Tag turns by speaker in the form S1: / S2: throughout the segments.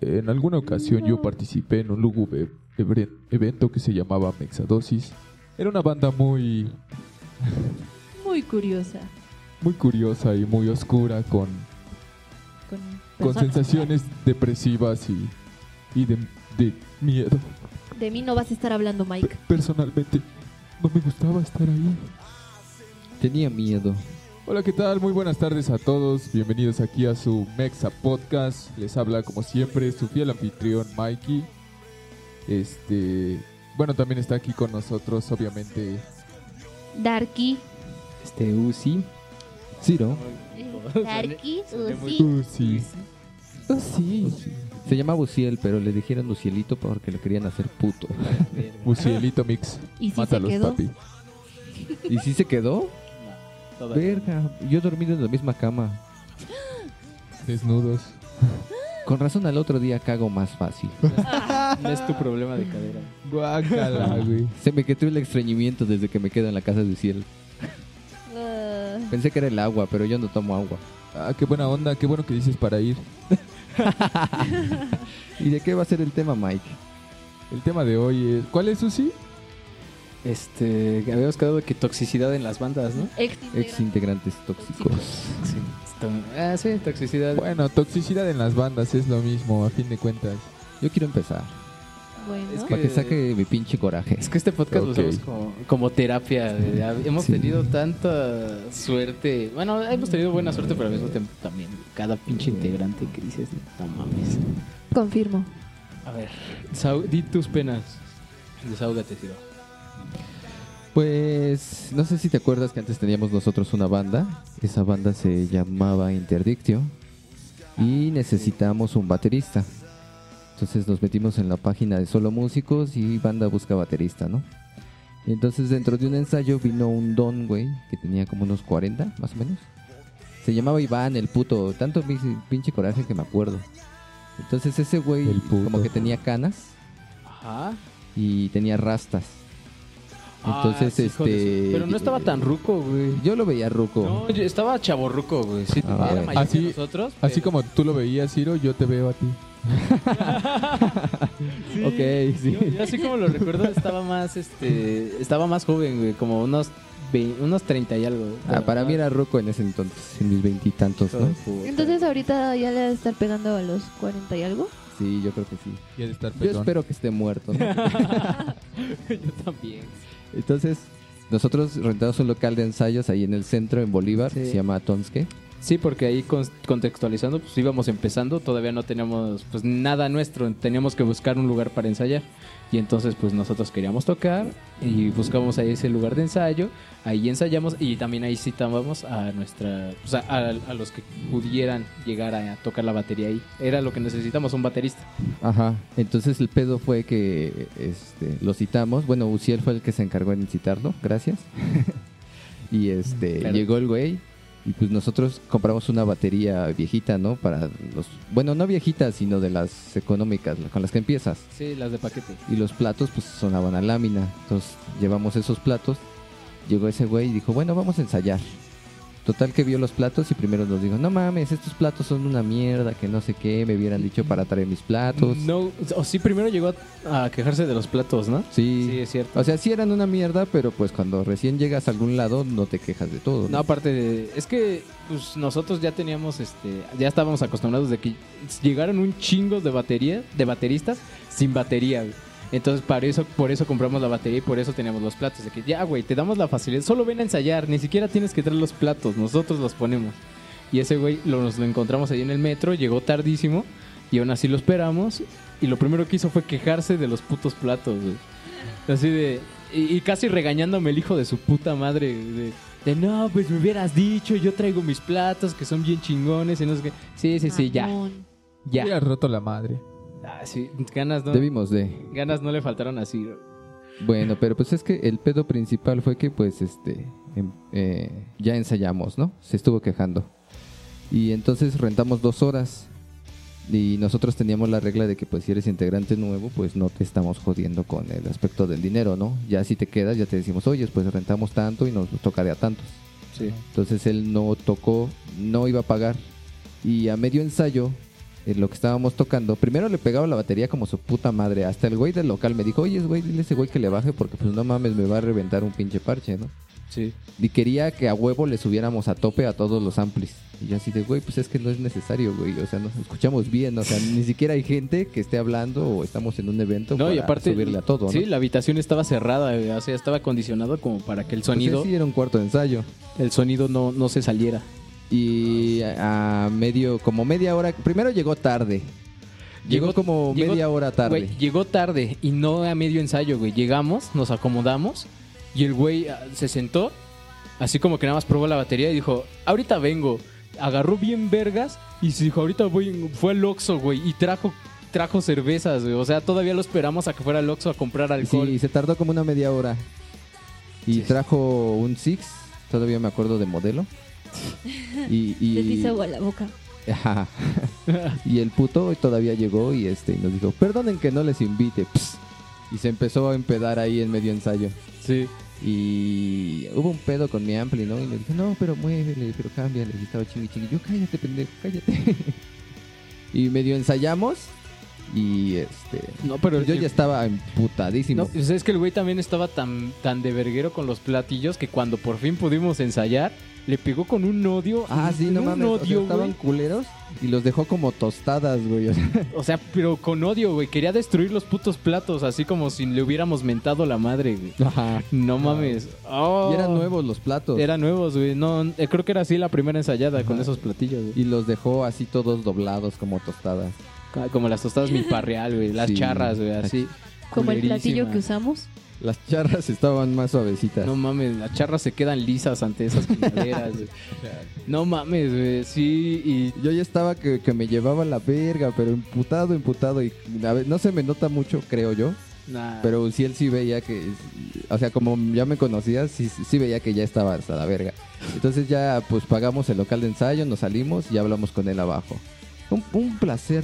S1: En alguna ocasión yo participé en un lúgubre ebre- evento que se llamaba Mexadosis. Era una banda muy,
S2: Muy curiosa.
S1: muy curiosa y muy oscura con,
S2: Con,
S1: con
S2: personas.
S1: sensaciones depresivas y, y de, de miedo.
S2: De mí no vas a estar hablando, Mike.
S1: Pe- Personalmente no me gustaba estar ahí.
S3: Tenía miedo.
S1: Hola, ¿qué tal? Muy buenas tardes a todos. Bienvenidos aquí a su Mexa Podcast. Les habla, como siempre, su fiel anfitrión Mikey. Este. Bueno, también está aquí con nosotros, obviamente.
S2: Darky.
S3: Este Uzi. Ciro.
S2: Darky. uh, Uzi.
S1: Uzi. Uzi.
S3: Se llamaba Uciel, pero le dijeron Ucielito porque lo querían hacer puto.
S1: Uzielito Mix.
S2: ¿Y si se
S1: Mátalos,
S2: quedó?
S1: papi.
S3: ¿Y si se quedó? Verga, yo dormí en la misma cama.
S1: Desnudos.
S3: Con razón al otro día cago más fácil.
S4: No es tu problema de cadera.
S1: Guácala, güey.
S3: Se me quedó el extrañimiento desde que me quedo en la casa de Uciel.
S2: Ah,
S3: Pensé que era el agua, pero yo no tomo agua.
S1: Ah, qué buena onda, qué bueno que dices para ir.
S3: ¿Y de qué va a ser el tema, Mike?
S1: El tema de hoy es. ¿Cuál es Uzi?
S4: Este, habíamos quedado que toxicidad en las bandas, ¿no?
S2: ex
S3: Ex
S2: integrante.
S3: integrantes tóxicos.
S4: Sí. Ah, sí, toxicidad.
S1: Bueno, toxicidad en las bandas es lo mismo, a fin de cuentas.
S3: Yo quiero empezar.
S2: Bueno.
S4: Es
S3: Para que saque mi pinche coraje.
S4: Es que este podcast
S1: Ok.
S4: lo usamos como, como terapia. eh, ha- Hemos
S3: Sí.
S4: tenido tanta suerte. Bueno, hemos tenido buena suerte, pero al mismo tiempo también cada pinche integrante que dices, no mames.
S2: Confirmo.
S4: A ver, desahog- di tus penas. Desahógate, tío.
S3: Pues no sé si te acuerdas que antes teníamos nosotros una banda. Esa banda se llamaba Interdictio. Y necesitamos un baterista. Entonces nos metimos en la página de Solo Músicos y banda busca baterista, ¿no? Entonces dentro de un ensayo vino un don, güey, que tenía como unos 40, más o menos. Se llamaba Iván, el puto. Tanto mi- pinche coraje que me acuerdo. Entonces ese güey
S1: El puto.
S3: como que tenía canas
S4: Ajá.
S3: y tenía rastas.
S4: Ah,
S3: Entonces,
S4: sí, hijo de
S3: este-
S4: su- Pero no estaba tan ruco, güey.
S3: Yo lo veía ruco.
S4: No, yo estaba chaborruco, güey. Sí,
S3: Ah,
S4: era
S3: bueno.
S4: mayor
S1: Así-
S4: que nosotros.
S1: Así
S4: pero-
S1: como tú lo veías, Ciro, yo te veo a ti.
S4: Sí.
S3: Ok, sí.
S4: Yo, yo así como lo recuerdo, estaba más, este, estaba más joven, güey, como unos, ve- unos 30 y algo.
S3: Ah, para mí era ruco en ese entonces, en mis veintitantos, ¿no?
S2: Entonces ahorita ya le debe estar pegando a los 40 y algo.
S3: Sí, yo creo que sí.
S1: Y de estar
S3: Yo espero que esté muerto. ¿no?
S4: yo también.
S3: entonces, nosotros rentamos un local de ensayos ahí en el centro, en Bolívar,
S4: Sí.
S3: que se llama Tonske.
S4: Sí, porque ahí con- contextualizando, pues íbamos empezando, todavía no teníamos pues nada nuestro, teníamos que buscar un lugar para ensayar. Y entonces pues nosotros queríamos tocar y buscamos ahí ese lugar de ensayo, ahí ensayamos y también ahí citábamos a nuestra, pues, a, a- a los que pudieran llegar a, tocar la batería ahí. Era lo que necesitamos, un baterista.
S3: Ajá. Entonces el pedo fue que este, lo citamos. Bueno, Uciel fue el que se encargó en citarlo, gracias. y este
S4: Claro.
S3: llegó el güey y pues nosotros compramos una batería viejita, ¿no? Para los... Bueno, no viejita, sino de las económicas, con las que empiezas.
S4: Sí, las de paquete.
S3: y los platos pues sonaban a lámina. Entonces llevamos esos platos. Llegó ese güey y dijo, bueno, vamos a ensayar. Total que vio los platos y primero nos dijo, no mames, estos platos son una mierda, que no sé qué, me hubieran dicho para traer mis platos.
S4: No, o sí, primero llegó a, a quejarse de los platos, ¿no? Sí,
S3: Sí.
S4: es cierto.
S3: O sea, sí eran una mierda, pero pues cuando recién llegas a algún lado no te quejas de todo.
S4: no, pues, aparte de- es que pues, nosotros ya teníamos, este, ya estábamos acostumbrados de que llegaron un chingo de batería, de bateristas sin batería. güey. Entonces, para eso, por eso compramos la batería y por eso teníamos los platos. De que ya, güey, te damos la facilidad. Solo ven a ensayar, ni siquiera tienes que traer los platos, nosotros los ponemos. Y ese güey lo, nos lo encontramos ahí en el metro, llegó tardísimo y aún así lo esperamos. Y lo primero que hizo fue quejarse de los putos platos, güey. Así de. Y, y casi regañándome el hijo de su puta madre. De, de, no, pues me hubieras dicho, yo traigo mis platos que son bien chingones. Y no sé qué. Sí, sí, sí, ya.
S2: Mamón.
S1: Me
S4: Ya.
S1: has roto la madre.
S4: Ah, sí, ganas no,
S3: Debimos de.
S4: ganas no le faltaron así.
S3: Bueno, pero pues es que el pedo principal fue que pues este em- eh, ya ensayamos, ¿no? Se estuvo quejando. Y entonces rentamos dos horas. Y nosotros teníamos la regla de que pues si eres integrante nuevo, pues no te estamos jodiendo con el aspecto del dinero, ¿no? Ya si te quedas, ya te decimos, oye, pues rentamos tanto y nos tocaría tantos.
S4: Sí.
S3: Entonces él no tocó, no iba a pagar. Y a medio ensayo, eh, lo que estábamos tocando, primero le pegaba la batería como su puta madre. Hasta el güey del local me dijo, oye, güey, dile a ese güey que le baje porque pues no mames, me va a reventar un pinche parche, ¿no?
S4: Sí.
S3: Y quería que a huevo le subiéramos a tope a todos los amplis. Y yo así de, güey, pues es que no es necesario, güey. O sea, nos escuchamos bien. O sea, ni siquiera hay gente que esté hablando o estamos en un evento
S4: No,
S3: para
S4: y aparte.
S3: subirle a todo,
S4: Sí,
S3: ¿no? Pues,
S4: la habitación estaba cerrada, güey, o sea, estaba acondicionado como para que el
S3: Pues
S4: sonido,
S3: sí, era un cuarto de ensayo.
S4: el sonido no, no se saliera.
S3: Y a a medio, como media hora, primero llegó tarde. Llegó,
S4: Llegó-
S3: como
S4: llegó-
S3: media hora tarde.
S4: Güey, llegó tarde y no a medio ensayo, güey. Llegamos, nos acomodamos y el güey ah, se sentó, así como que nada más probó la batería y dijo, ahorita vengo. Agarró bien vergas y se dijo, ahorita voy, fue al Oxxo, güey, y trajo, trajo cervezas, güey. O sea, todavía lo esperamos a que fuera al Oxxo a comprar alcohol.
S3: Sí, se tardó como una media hora. Y
S4: Sí.
S3: trajo un Six, todavía me acuerdo de modelo. Y, y-
S2: Te hizo agua la boca.
S3: Ajá. y el puto todavía llegó y este y nos dijo, perdonen que no les invite. Ps. Y se empezó a empedar ahí en medio ensayo.
S4: Sí.
S3: Y hubo un pedo con mi ampli, ¿no? Y me dijo, no, pero muévele, pero cámbiale. Y estaba chingui chingui. Yo, cállate, pendejo, cállate. y medio ensayamos. Y este.
S4: No, pero
S3: yo ya estaba emputadísimo.
S4: No, pues es que el güey también estaba tan, tan de verguero con los platillos que cuando por fin pudimos ensayar, le pegó con un odio.
S3: Ah, sí, no
S4: un
S3: mames. o sea,
S4: odio,
S3: estaban
S4: güey.
S3: culeros y los dejó como tostadas, güey. O sea,
S4: O sea, pero con odio, güey. Quería destruir los putos platos, así como si le hubiéramos mentado la madre, güey. No mames. Oh.
S3: Y eran nuevos los platos.
S4: Eran nuevos, güey. No, eh, creo que era así la primera ensayada con esos platillos, güey.
S3: Y los dejó así todos doblados como tostadas.
S4: Ah, Como las tostadas mi parreal, güey. Las
S3: Sí.
S4: charras, güey, así.
S2: Como el platillo que
S4: Culerísimas.
S2: usamos.
S3: Las charras estaban más suavecitas.
S4: No mames, las charras se quedan lisas ante esas quinaderas, güey. No mames, güey. Sí, y
S3: Yo ya estaba que, que me llevaba la verga, pero emputado, emputado. Y a ver, no se me nota mucho, creo yo.
S4: Nah.
S3: Pero sí él sí veía que... O sea, como ya me conocía, sí, sí veía que ya estaba hasta la verga. Entonces ya pues pagamos el local de ensayo, nos salimos y hablamos con él abajo. Un, un placer.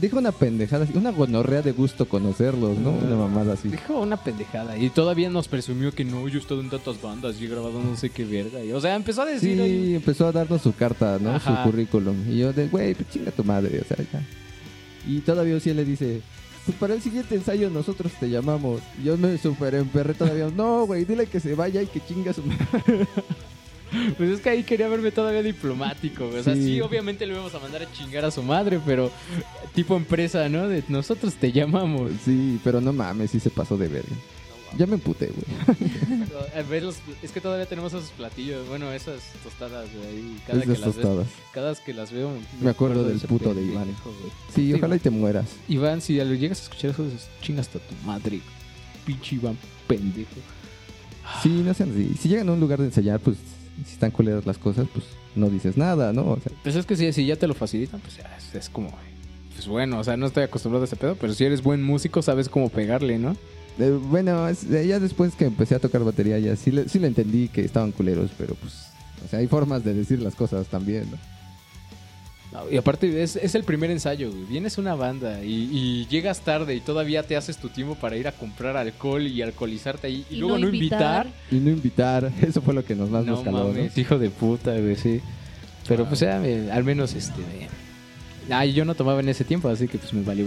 S3: Dijo una pendejada, así, una gonorrea de gusto conocerlos, ¿no? Una mamada así.
S4: dijo una pendejada. Y todavía nos presumió que no, yo he estado en tantas bandas, yo he grabado no sé qué verga. Y, o sea, empezó a decir. "Ay,
S3: Sí, empezó a darnos su carta, ¿no?
S4: Ajá.
S3: Su currículum. Y yo de, güey, pues chinga tu madre, o sea, ya. Y todavía sí le dice, pues para el siguiente ensayo nosotros te llamamos. Y yo me super emperré todavía. No, güey, dile que se vaya y que chinga su madre.
S4: Pues es que ahí quería verme todavía diplomático. güey. O sea,
S3: Sí.
S4: sí, obviamente le íbamos a mandar a chingar a su madre, pero tipo empresa, ¿no? De nosotros te llamamos.
S3: Pues Sí, pero no mames, sí se pasó de verga. Ya me emputé, güey.
S4: A ver, los- es que todavía tenemos esos platillos, bueno, esas tostadas, güey. ahí, Cada, que
S3: Esas
S4: las ves-
S3: tostadas.
S4: cada vez que las veo.
S3: Me acuerdo del
S4: ese
S3: puto de
S4: pendejo,
S3: Iván.
S4: güey.
S3: Sí,
S4: Sí,
S3: ojalá
S4: güey.
S3: y te mueras.
S4: Iván, si lo llegas a escuchar, eso es chingas hasta tu madre. Pinche Iván, pendejo.
S3: Sí, no sean así. Si llegan a un lugar de ensayar, pues si están culeras las cosas, pues no dices nada, ¿no? O sea,
S4: Pues es que si, si ya te lo facilitan, pues ya es, es como, pues bueno, o sea, no estoy acostumbrado a ese pedo, pero si eres buen músico, sabes cómo pegarle, ¿no?
S3: Eh, bueno, es- eh, ya después que empecé a tocar batería, ya sí le, sí le entendí que estaban culeros, pero pues. O sea, hay formas de decir las cosas también, ¿no?
S4: No, Y aparte es, es el primer ensayo, güey. Vienes a una banda y, y llegas tarde y todavía te haces tu tiempo para ir a comprar alcohol y alcoholizarte ahí y,
S2: Y
S4: luego no invitar.
S3: Y no invitar, eso fue lo que nos más
S4: no
S3: nos caló,
S4: mames, hijo de puta, güey, sí. Pero pues ya, eh, al menos este... eh, Ay, yo no tomaba en ese tiempo, así que pues me valió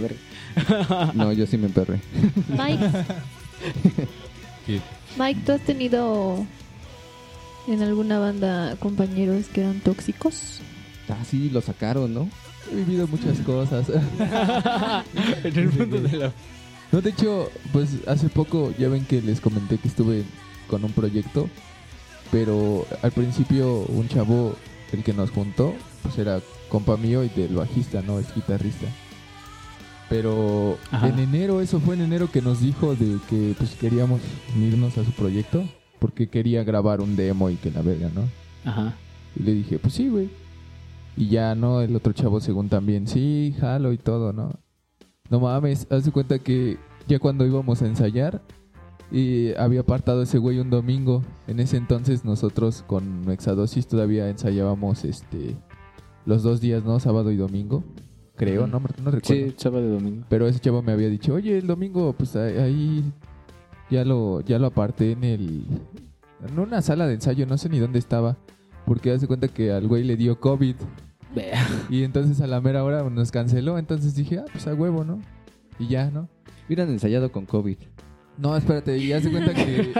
S3: ¿no?
S4: verga.
S3: No, yo sí me emperré.
S2: Mike,
S5: ¿Qué?
S2: Mike, ¿tú has tenido en alguna banda compañeros que eran tóxicos?
S3: Ah, sí, lo sacaron, ¿no?
S5: He vivido muchas cosas.
S4: en el mundo de la...
S5: No, de hecho, pues hace poco ya ven que les comenté que estuve con un proyecto, pero al principio un chavo, el que nos juntó, pues era compa mío y del bajista, no es guitarrista. Pero
S4: Ajá.
S5: en enero, eso fue en enero que nos dijo de que pues queríamos unirnos a su proyecto porque quería grabar un demo y que la verga, ¿no?
S4: Ajá.
S5: Y le dije, pues sí, güey. Y ya, ¿no? El otro chavo según también, sí, jalo y todo, ¿no? No mames, haz de cuenta que ya cuando íbamos a ensayar, y había apartado ese güey un domingo. En ese entonces nosotros con Mexadosis todavía ensayábamos este los dos días, ¿no? Sábado y domingo, creo,
S4: Ujú.
S5: ¿no? Martín? No recuerdo.
S4: Sí, sábado y domingo.
S5: Pero ese chavo me había dicho, oye, el domingo, pues ahí- ahí ya lo, ya lo aparté en el. En una sala de ensayo, no sé ni dónde estaba. Porque hace cuenta que al güey le dio COVID. Y entonces a la mera hora nos canceló. Entonces dije, ah, pues a huevo, ¿no? Y ya, ¿no?
S3: Hubieran ensayado con COVID.
S5: No, espérate, y haz de cuenta que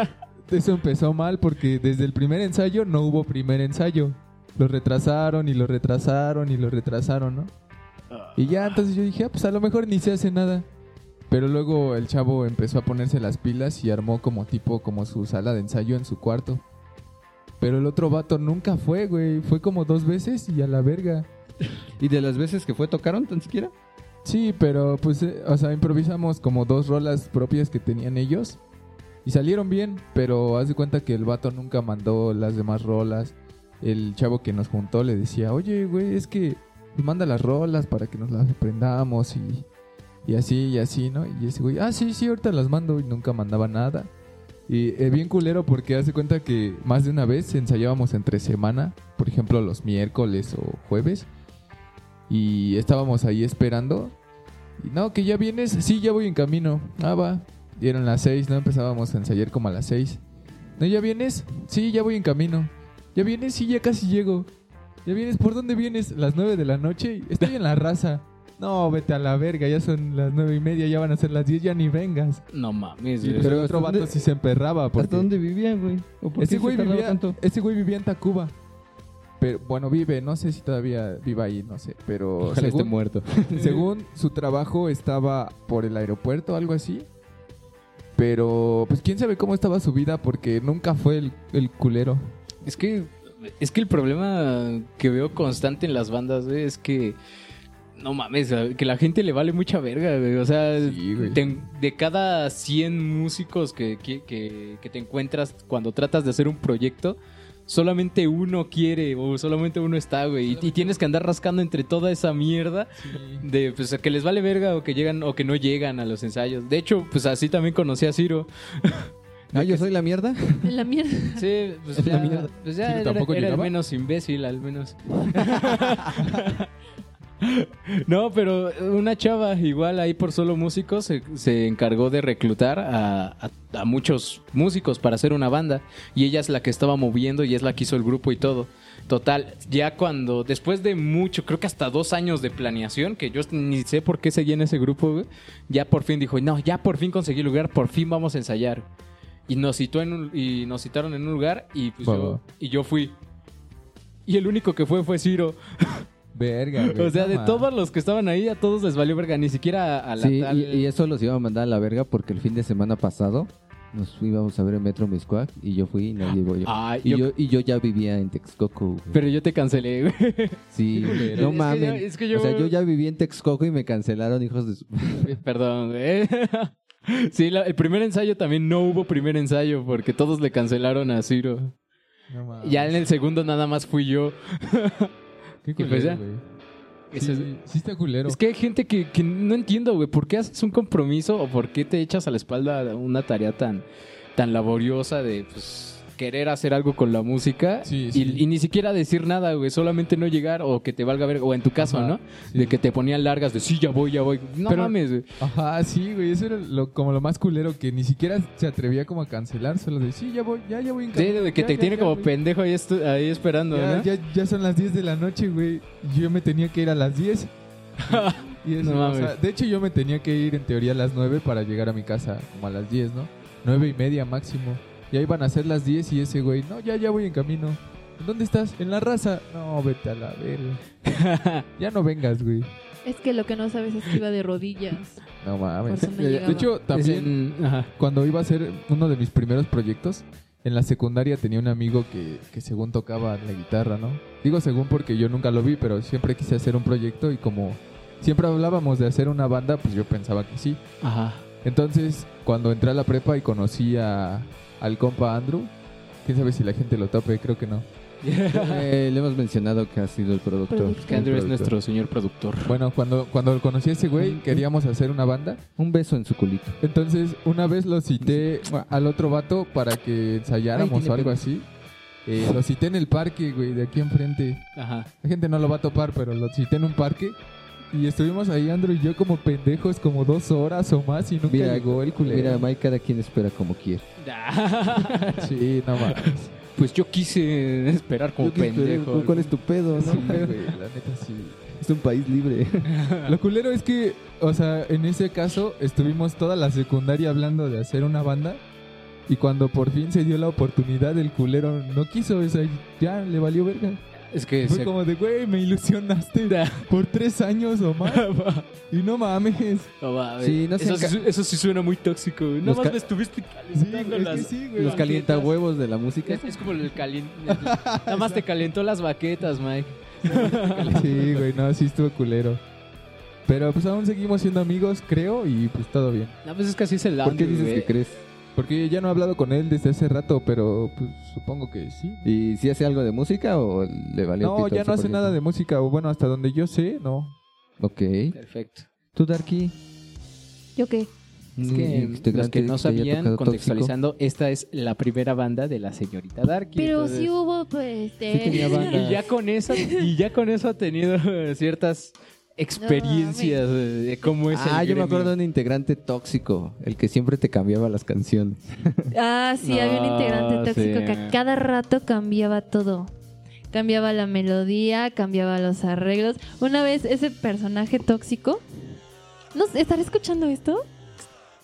S5: eso empezó mal porque desde el primer ensayo no hubo primer ensayo. Lo retrasaron y lo retrasaron y lo retrasaron, ¿no? Y ya entonces yo dije, ah, pues a lo mejor ni se hace nada. Pero luego el chavo empezó a ponerse las pilas y armó como tipo como su sala de ensayo en su cuarto. Pero el otro vato nunca fue, güey. Fue como dos veces y a la verga.
S3: ¿Y de las veces que fue tocaron tan siquiera?
S5: Sí, pero pues, eh, o sea, improvisamos como dos rolas propias que tenían ellos. Y salieron bien, pero haz de cuenta que el vato nunca mandó las demás rolas. El chavo que nos juntó le decía, oye, güey, es que pues, manda las rolas para que nos las aprendamos y, y así, y así, ¿no? Y ese güey, ah, sí, sí, ahorita las mando y nunca mandaba nada. Y eh, bien culero porque hace cuenta que más de una vez ensayábamos entre semana, por ejemplo los miércoles o jueves, y estábamos ahí esperando. Y no, que ya vienes, sí, ya voy en camino. Ah, va. Y eran las seis, ¿no? Empezábamos a ensayar como a las seis. No, ya vienes, sí, ya voy en camino. Ya vienes, sí, ya casi llego. Ya vienes, ¿por dónde vienes? Las nueve de la noche, estoy en la raza. No, vete a la verga, ya son las nueve y media, ya van a ser las diez, ya ni vengas.
S4: No mames,
S5: Sí,
S4: güey.
S5: pero, el otro
S3: ¿hasta
S5: vato
S3: dónde-
S5: sí se emperraba. Porque
S3: ¿Hasta dónde vivían, güey? ¿O por
S5: ese,
S3: qué se
S5: güey
S3: tardaba
S5: vivía,
S3: tanto?
S5: ese güey vivía en Tacuba. Pero, bueno, vive, no sé si todavía viva ahí, no sé. Pero
S4: Ojalá esté
S5: según,
S4: muerto.
S5: según su trabajo estaba por el aeropuerto, algo así. Pero, pues quién sabe cómo estaba su vida porque nunca fue el, el culero.
S4: Es que, es que el problema que veo constante en las bandas, güey, es que. No mames, que la gente le vale mucha verga, güey. O sea,
S5: Sí, güey.
S4: te- de cada 100 músicos que, que- que- que te encuentras cuando tratas de hacer un proyecto, solamente uno quiere o solamente uno está, güey. Y, y tienes que andar rascando entre toda esa mierda de pues que les vale verga o que llegan o que no llegan a los ensayos. De hecho, pues así también conocí a Ciro.
S3: Ah, yo soy la mierda.
S2: En la mierda.
S4: Sí, pues
S3: La
S4: ya,
S3: mierda.
S4: pues ya
S5: Sí,
S4: era,
S5: tampoco
S4: era el
S5: llegaba.
S4: menos imbécil, al menos. no, pero una chava igual ahí por solo músicos se, se encargó de reclutar a, a- a muchos músicos para hacer una banda y ella es la que estaba moviendo y es la que hizo el grupo y todo. Total, ya cuando, después de mucho, creo que hasta dos años de planeación, que yo ni sé por qué seguí en ese grupo, güey, ya por fin dijo, no, ya por fin conseguí lugar, por fin vamos a ensayar. Y nos, citó en un- y nos citaron en un lugar y, pues,
S5: Va,
S4: yo,
S5: va.
S4: y yo fui. Y el único que fue fue Ciro.
S5: Verga, güey.
S4: O sea,
S5: no
S4: de
S5: ma-
S4: todos los que estaban ahí, a todos les valió verga. Ni siquiera a la
S3: Sí,
S4: tal...
S3: y, y eso los iba a mandar a la verga porque el fin de semana pasado nos íbamos a ver en Metro Miscuac y yo fui y nadie voy.
S4: Ay,
S3: y,
S4: Ah, yo-
S3: yo, y yo ya vivía en Texcoco. güey.
S4: Pero yo te cancelé, güey.
S3: Sí,
S5: culero.
S3: no
S4: Es que
S3: mamen.
S4: yo- es que yo-
S3: O sea, yo ya viví en Texcoco y me cancelaron, hijos de su...
S4: Perdón, güey. Sí, la- el primer ensayo también no hubo primer ensayo porque todos le cancelaron a Ciro.
S5: No ma-
S4: Ya en el segundo nada más fui yo.
S5: Qué
S4: pues
S5: culero,
S4: ya.
S5: güey.
S4: Eso es-
S5: Sí, sí está culero.
S4: Es que hay gente que, que no entiendo, güey. ¿Por qué haces un compromiso o por qué te echas a la espalda una tarea tan, tan laboriosa de pues, querer hacer algo con la música
S5: Sí,
S4: y,
S5: sí.
S4: y ni siquiera decir nada, güey? Solamente no llegar o que te valga ver, o en tu caso,
S5: Ajá,
S4: ¿no?
S5: sí.
S4: De que te ponían largas de sí, ya voy, ya voy. No
S5: Pero-
S4: mames, güey.
S5: Ajá, sí, güey, eso era lo, como lo más culero, que ni siquiera se atrevía como a cancelar, solo de, sí, ya voy, ya, ya voy en
S4: Sí,
S5: camino,
S4: de que
S5: ya,
S4: te
S5: ya,
S4: tiene
S5: ya
S4: como
S5: voy".
S4: pendejo ahí, estu- ahí esperando,
S5: ya,
S4: ¿no?
S5: ya, ya son las 10 de la noche, güey, y yo me tenía que ir a las 10. Y eso,
S4: No
S5: o sea,
S4: mames.
S5: de hecho, yo me tenía que ir en teoría a las 9 para llegar a mi casa, como a las 10, ¿no? 9 y media máximo. Ya iban a ser las 10 y ese güey, no, ya, ya voy en camino. "¿En ¿Dónde estás? En la raza. No, vete a la verga. ya no vengas, güey.
S2: Es que lo que no sabes es que iba de rodillas.
S5: No mames.
S2: Por eso no
S5: de
S2: llegaba.
S5: hecho, también
S4: Dicen, ajá.
S5: cuando iba a ser uno de mis primeros proyectos, en la secundaria tenía un amigo que, que según tocaba la guitarra, ¿no? Digo según porque yo nunca lo vi, pero siempre quise hacer un proyecto y como siempre hablábamos de hacer una banda, pues yo pensaba que sí.
S4: Ajá.
S5: Entonces, cuando entré a la prepa y conocí a, al compa Andrew, quién sabe si la gente lo tope, creo que no.
S3: Eh, le hemos mencionado que ha sido el productor.
S2: Productor.
S4: Que Andrew es
S5: productor.
S4: nuestro señor productor.
S5: Bueno, cuando, cuando conocí a ese güey, queríamos hacer una banda.
S3: Un beso en su culito.
S5: Entonces, una vez lo cité al otro vato para que
S3: Ay,
S5: ensayáramos
S3: tiene
S5: o algo así. Eh, lo cité en el parque, güey, de aquí enfrente.
S4: Ajá.
S5: La gente no lo va a topar, pero lo cité en un parque. Y estuvimos ahí, Andrew y yo, como pendejos, como dos horas o más. Y nunca
S3: Mira,
S5: llegó el
S3: Mira,
S5: culero.
S3: Mike, cada quien espera como quiere.
S5: sí, no mames.
S4: Pues yo quise esperar como
S6: Yo qué esperé,
S4: pendejo.
S6: ¿cu- ¿Cuál es tu pedo, no?
S1: Sí, güey, la neta sí.
S6: Es un país libre.
S5: Lo culero es que, o sea, en ese caso estuvimos toda la secundaria hablando de hacer una banda y cuando por fin se dio la oportunidad el culero no quiso, o sea, ya le valió verga.
S4: Es que
S5: Fue
S4: se-
S5: como de, güey, me ilusionaste por tres años o más y no mames.
S4: No mames.
S3: Sí, no sé,
S4: eso,
S3: en ca-
S4: sí, su- eso sí suena muy tóxico. güey. Nada
S3: Los
S4: más
S3: ca-
S4: me
S5: Sí,
S4: estuviste calentando
S5: es que
S4: las-
S5: sí, güey.
S3: Los calientahuevos de la música.
S4: Es, es como el caliente. Nada más te calentó las baquetas, Mike.
S5: Sí, güey, no, sí estuvo culero. Pero pues aún seguimos siendo amigos, creo, y pues todo bien.
S4: No, pues es que así es el
S3: ¿Por qué
S4: Andrew,
S3: dices
S4: güey.
S3: que crees?
S5: Porque ya no he hablado con él desde hace rato, pero pues supongo que sí.
S3: ¿Y si hace algo de música o le valió
S5: No,
S3: pito
S5: ya
S3: el
S5: no hace
S3: 100%?
S5: nada de música, o bueno, hasta donde yo sé, no.
S3: Ok.
S4: Perfecto.
S3: ¿Tú, Darky?
S2: ¿Yo qué?
S4: Es
S3: Mm,
S4: que
S3: integrante
S4: los que no
S3: te haya
S4: sabían,
S3: tocado tóxico.
S4: contextualizando, esta es la primera banda de la señorita Darky.
S2: Pero
S4: entonces-
S2: sí hubo, pues, este...
S3: Sí tenía banda.
S4: Y ya con eso, y ya con eso ha tenido eh, ciertas experiencias eh, de cómo es
S5: Pues
S4: el
S3: ah, yo me
S4: gremio.
S3: acuerdo de un integrante tóxico, el que siempre te cambiaba las canciones.
S2: Ah, sí, había un
S4: No,
S2: integrante tóxico
S4: sí.
S2: que a cada rato cambiaba todo. Cambiaba la melodía, cambiaba los arreglos. Una vez ese personaje tóxico... No, sé, ¿Estará escuchando esto?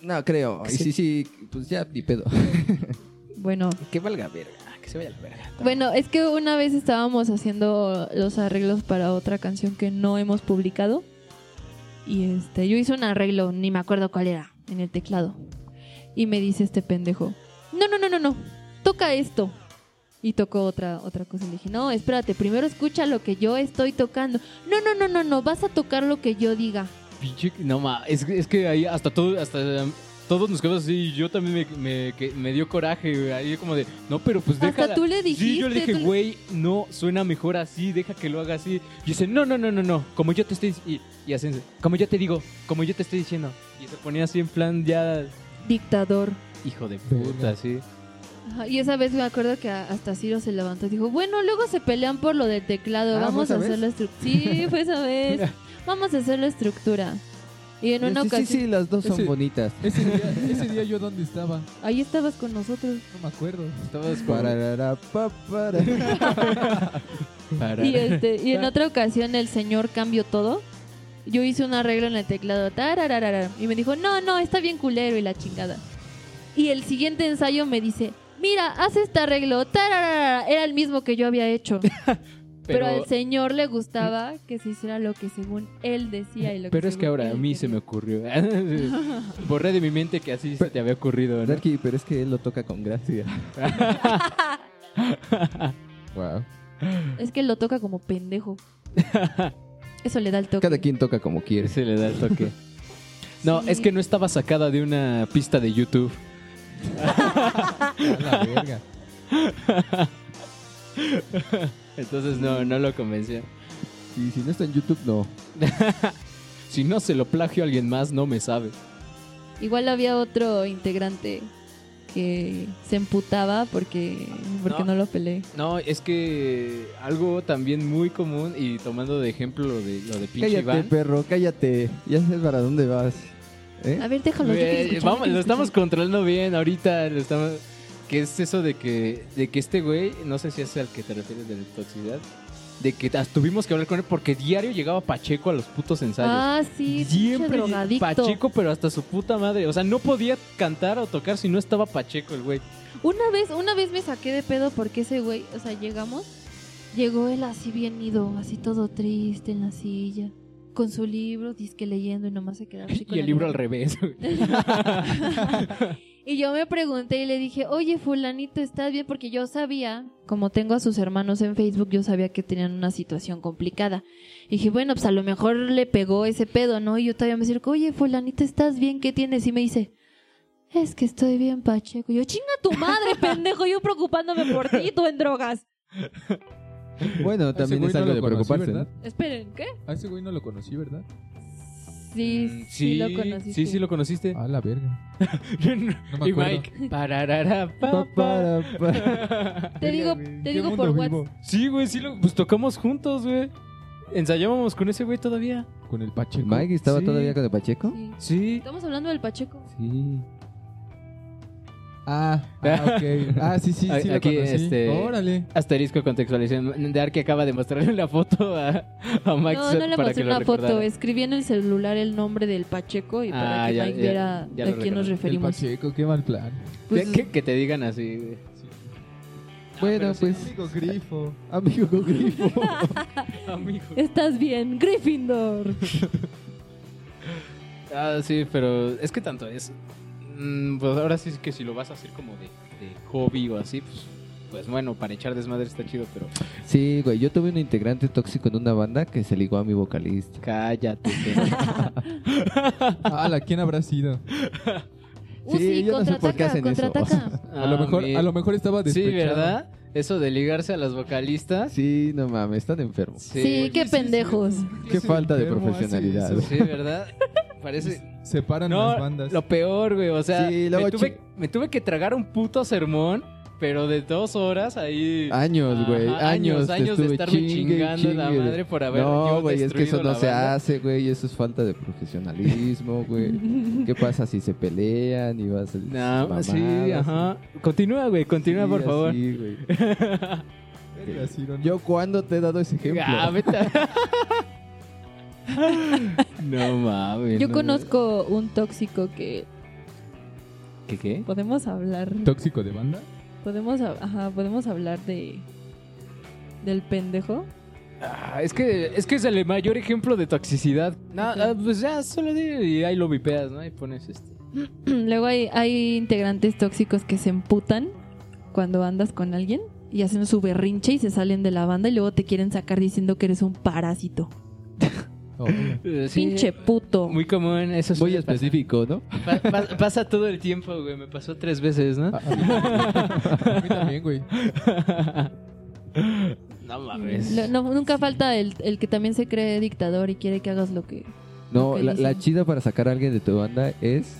S3: No, creo. Y sí, sí, pues ya ni pedo.
S2: Bueno,
S4: Que valga verga, que se vaya a la verga.
S2: bueno, es que una vez estábamos haciendo los arreglos para otra canción que no hemos publicado. Y este, yo hice un arreglo, ni me acuerdo cuál era, en el teclado. Y me dice este pendejo, no, no, no, no, no, toca esto. Y tocó otra, otra cosa. Le dije, no, espérate, primero escucha lo que yo estoy tocando. No, no, no, no, no, vas a tocar lo que yo diga.
S4: Pinche- no ma, es, que- es que ahí hasta todo, hasta um, todos nos quedamos así. y Yo también me, me- que- me dio coraje, güey, ahí como de, no, pero pues
S2: Hasta
S4: deja.
S2: tú le
S4: Sí, yo
S2: dijiste,
S4: le dije,
S2: tú-
S4: güey, no, suena mejor así, deja que lo haga así. Y dice, no, no, no, no, no, como yo te estoy y, y hacen, como yo te digo, como yo te estoy diciendo. Y se ponía así en plan ya,
S2: Dictador.
S4: hijo de puta, así.
S2: Ajá, Y esa vez me acuerdo que a- hasta Ciro se levantó y dijo, bueno, luego se pelean por lo del teclado,
S3: Ah, ¿fue
S2: vamos
S3: esa
S2: a hacer
S3: vez?
S2: la estructura. Sí, fue esa vez. Vamos a hacer la estructura. Y en una
S3: sí, sí,
S2: ocasión...
S3: sí, las dos son
S5: Ese-
S3: bonitas.
S5: Ese día, ese día yo dónde estaba, no
S2: Ahí estabas con nosotros.
S5: me acuerdo.
S4: Estabas como-
S3: Pararara, pa, para.
S4: para-
S2: Y, este, y en otra ocasión el señor cambió todo. Yo hice un arreglo en el teclado. tarararara, y me dijo, no, no, está bien culero y la chingada. Y el siguiente ensayo me dice, mira, haz este arreglo. tarararara, Era el mismo que yo había hecho. Pero, al señor le gustaba que se hiciera lo que según él decía y lo
S4: Pero es que
S2: según
S4: ahora a
S2: él
S4: mí se me
S2: quería.
S4: ocurrió. Borré de mi mente que así se te había ocurrido, ¿no?
S3: Darky, pero es que él lo toca con gracia.
S1: Wow.
S2: Es que él lo toca como pendejo. Eso le da el toque.
S3: Cada quien toca como quiere.
S4: Se le da el toque. No,
S2: Sí.
S4: es que no estaba sacada de una pista de YouTube.
S5: A la verga.
S4: Entonces no, no lo convenció.
S3: Y si no está en YouTube, no.
S4: Si no se lo plagio a alguien más, no me sabe.
S2: Igual había otro integrante que se emputaba porque, porque
S4: No.
S2: no. lo peleé.
S4: No, es que algo también muy común y tomando de ejemplo lo de, lo de pinche
S3: cállate,
S4: Iván.
S3: perro, cállate. Ya sabes para dónde vas. ¿Eh?
S2: A ver, déjalo. yo
S4: Güey,
S2: quiero escuchar, yo
S4: vamos, lo
S2: quiero
S4: estamos
S2: escuchar.
S4: controlando bien ahorita. Lo estamos, ¿Qué es eso de que, de que este güey, no sé si es al que te refieres de la toxicidad, de que tas- tuvimos que hablar con él porque diario llegaba Pacheco a los putos ensayos?
S2: Ah, sí, siempre
S4: Siempre
S2: drogadicto.
S4: Pacheco, pero hasta su puta madre. O sea, no podía cantar o tocar si no estaba Pacheco el güey.
S2: Una vez, una vez me saqué de pedo porque ese güey, o sea, llegamos, llegó él así bien ido, así todo triste en la silla, con su libro, disque leyendo y nomás se quedaba así con
S4: Y
S2: la
S4: el libro al
S2: mirada.
S4: revés. güey.
S2: y yo me pregunté y le dije, oye, fulanito, ¿estás bien? Porque yo sabía, como tengo a sus hermanos en Facebook, yo sabía que tenían una situación complicada. Y dije, bueno, pues a lo mejor le pegó ese pedo, ¿no? Y yo todavía me acerco, oye, fulanito, ¿estás bien? ¿Qué tienes? Y me dice... Es que estoy bien, Pacheco. Y Yo, chinga tu madre, pendejo. Yo preocupándome por ti, tú en drogas.
S3: Bueno,
S5: Ese
S3: también
S5: güey
S3: es
S5: no
S3: algo
S5: lo
S3: de
S5: conocí,
S3: preocuparse.
S5: ¿verdad?
S2: Esperen, ¿qué?
S5: A ese güey no lo conocí, ¿verdad?
S2: Sí,
S4: Mm,
S2: sí, lo conociste.
S4: Sí, sí lo conociste.
S5: A la verga. Ah, No me
S4: y
S5: acuerdo.
S4: Mike. pararara,
S3: ¿no?
S4: pa,
S3: Pa,
S4: pa.
S3: para, pa.
S2: Te digo, te digo por WhatsApp.
S4: Sí, güey, sí lo. Pues tocamos juntos, güey. Ensayábamos con ese güey todavía.
S5: Con el Pacheco.
S3: Mike estaba
S4: Sí.
S3: todavía con el Pacheco.
S2: Sí.
S4: Sí.
S2: Estamos hablando del Pacheco.
S3: Sí.
S5: Ah, ah, ok. Ah, sí, sí, sí, lo
S4: Aquí,
S5: conocí.
S4: este-
S5: Órale.
S4: Asterisco contextualización. Dark acaba de mostrarle la foto a, a Max
S2: no, no le
S4: para que
S2: mostré
S4: lo
S2: una foto.
S4: recordara.
S2: Escribí en el celular el nombre del Pacheco y para
S4: Ah,
S2: que
S4: ya-
S2: Mike
S4: ya-
S2: viera
S4: ya
S2: a
S4: lo
S2: quién nos
S5: El
S4: recordé.
S2: referimos.
S5: Pacheco, qué mal plan.
S2: Pues,
S4: que, que te digan así. güey. Ah,
S3: Bueno, pues,
S5: Amigo Grifo.
S3: amigo con grifo.
S2: Estás bien, Gryffindor.
S4: Ah, sí, pero es que tanto es. Mm, Pues ahora sí que si lo vas a hacer como de, de hobby o así, pues, pues bueno, para echar desmadre está chido, pero
S3: Sí, güey, yo tuve un integrante tóxico en una banda que se ligó a mi vocalista.
S4: cállate.
S5: Ah, ¿la quién habrá sido?
S2: Uh,
S3: Sí,
S2: sí,
S3: yo no sé por
S2: contraataca,
S3: qué hacen eso.
S2: contraataca.
S5: A lo mejor, a lo mejor estaba
S4: Ah, Sí,
S5: despechado.
S4: ¿verdad? Eso de ligarse a las vocalistas.
S3: Ah, Sí, no mames, están enfermos.
S2: Sí, qué
S5: sí,
S2: pendejos.
S3: Qué
S5: Ese
S3: falta de
S5: enfermo hace
S3: profesionalidad.
S5: eso.
S4: Sí, ¿verdad? Parece.
S5: Separan las
S4: No,
S5: bandas.
S4: lo peor, güey. O sea,
S3: Sí, luego
S4: me, tuve,
S3: chi-
S4: me tuve que tragar un puto sermón, pero de dos horas ahí.
S3: Años, güey,
S4: Ajá,
S3: años,
S4: años,
S3: te
S4: años de
S3: estuve
S4: estarme
S3: chingue y
S4: chingando la
S3: chingue.
S4: madre por haber
S3: No,
S4: yo
S3: güey, es que eso
S4: destruido
S3: no
S4: la
S3: se
S4: banda.
S3: hace, güey, eso es falta de profesionalismo, güey. ¿Qué pasa si se pelean y vas a
S4: No,
S3: mamadas?
S4: sí, ajá. Continúa, güey, continúa,
S3: Sí,
S4: por favor.
S3: así, güey.
S5: Verga, Ciro, no.
S3: Yo cuándo te he dado ese ejemplo?
S4: Ah, vete a- no mames.
S2: Yo
S4: no
S2: conozco un tóxico que
S4: mames. ¿Qué qué?
S2: podemos hablar.
S5: ¿Tóxico de banda?
S2: Podemos, hab- ajá, podemos hablar de del pendejo.
S4: Ah, es que es que es el mayor ejemplo de toxicidad. No, ah, pues ya solo di y ahí lo vipeas, ¿no? Y pones este.
S2: Luego hay, hay integrantes tóxicos que se emputan cuando andas con alguien y hacen su berrinche y se salen de la banda y luego te quieren sacar diciendo que eres un parásito.
S5: Oh,
S4: Eh, sí,
S2: Pinche puto.
S4: Muy común, eso
S3: Muy
S4: suele pasar.
S3: específico, ¿no?
S4: Pa- pa- pasa todo el tiempo, güey. Me pasó tres veces, ¿no?
S5: A mí también, güey.
S4: no mames.
S2: Lo- no, nunca falta el, el que también se cree dictador y quiere que hagas lo que...
S3: No,
S2: Ok,
S3: la, la
S2: dicen.
S3: chida para sacar a alguien de tu banda es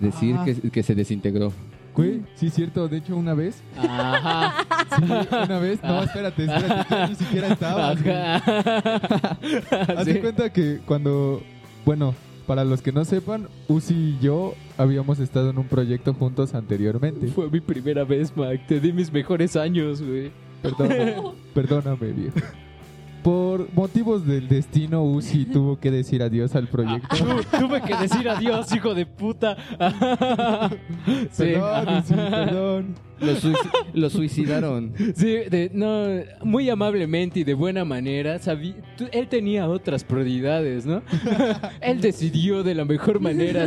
S3: decir
S5: Ah.
S3: que, que se desintegró.
S5: Güey, sí es cierto. De hecho, una vez...
S4: Ajá.
S5: Sí, una vez... No, espérate, espérate. Tú ni siquiera estabas, güey.
S4: Ajá.
S5: Haz
S4: Sí.
S5: de cuenta que cuando, bueno, para los que no sepan, Uzi y yo habíamos estado en un proyecto juntos anteriormente.
S4: Fue mi primera vez, Mac. Te di mis mejores años, güey.
S5: Perdóname, perdóname, viejo. Por motivos del destino, Uzi tuvo que decir adiós al proyecto.
S4: Tu- tuve que decir adiós, hijo de puta. sí,
S5: Perdón,
S4: ajá.
S5: Uzi, perdón.
S3: Lo, suicidaron.
S4: Sí, de- no, muy amablemente y de buena manera, sabí- tú- él tenía otras prioridades, ¿no? él decidió de la mejor manera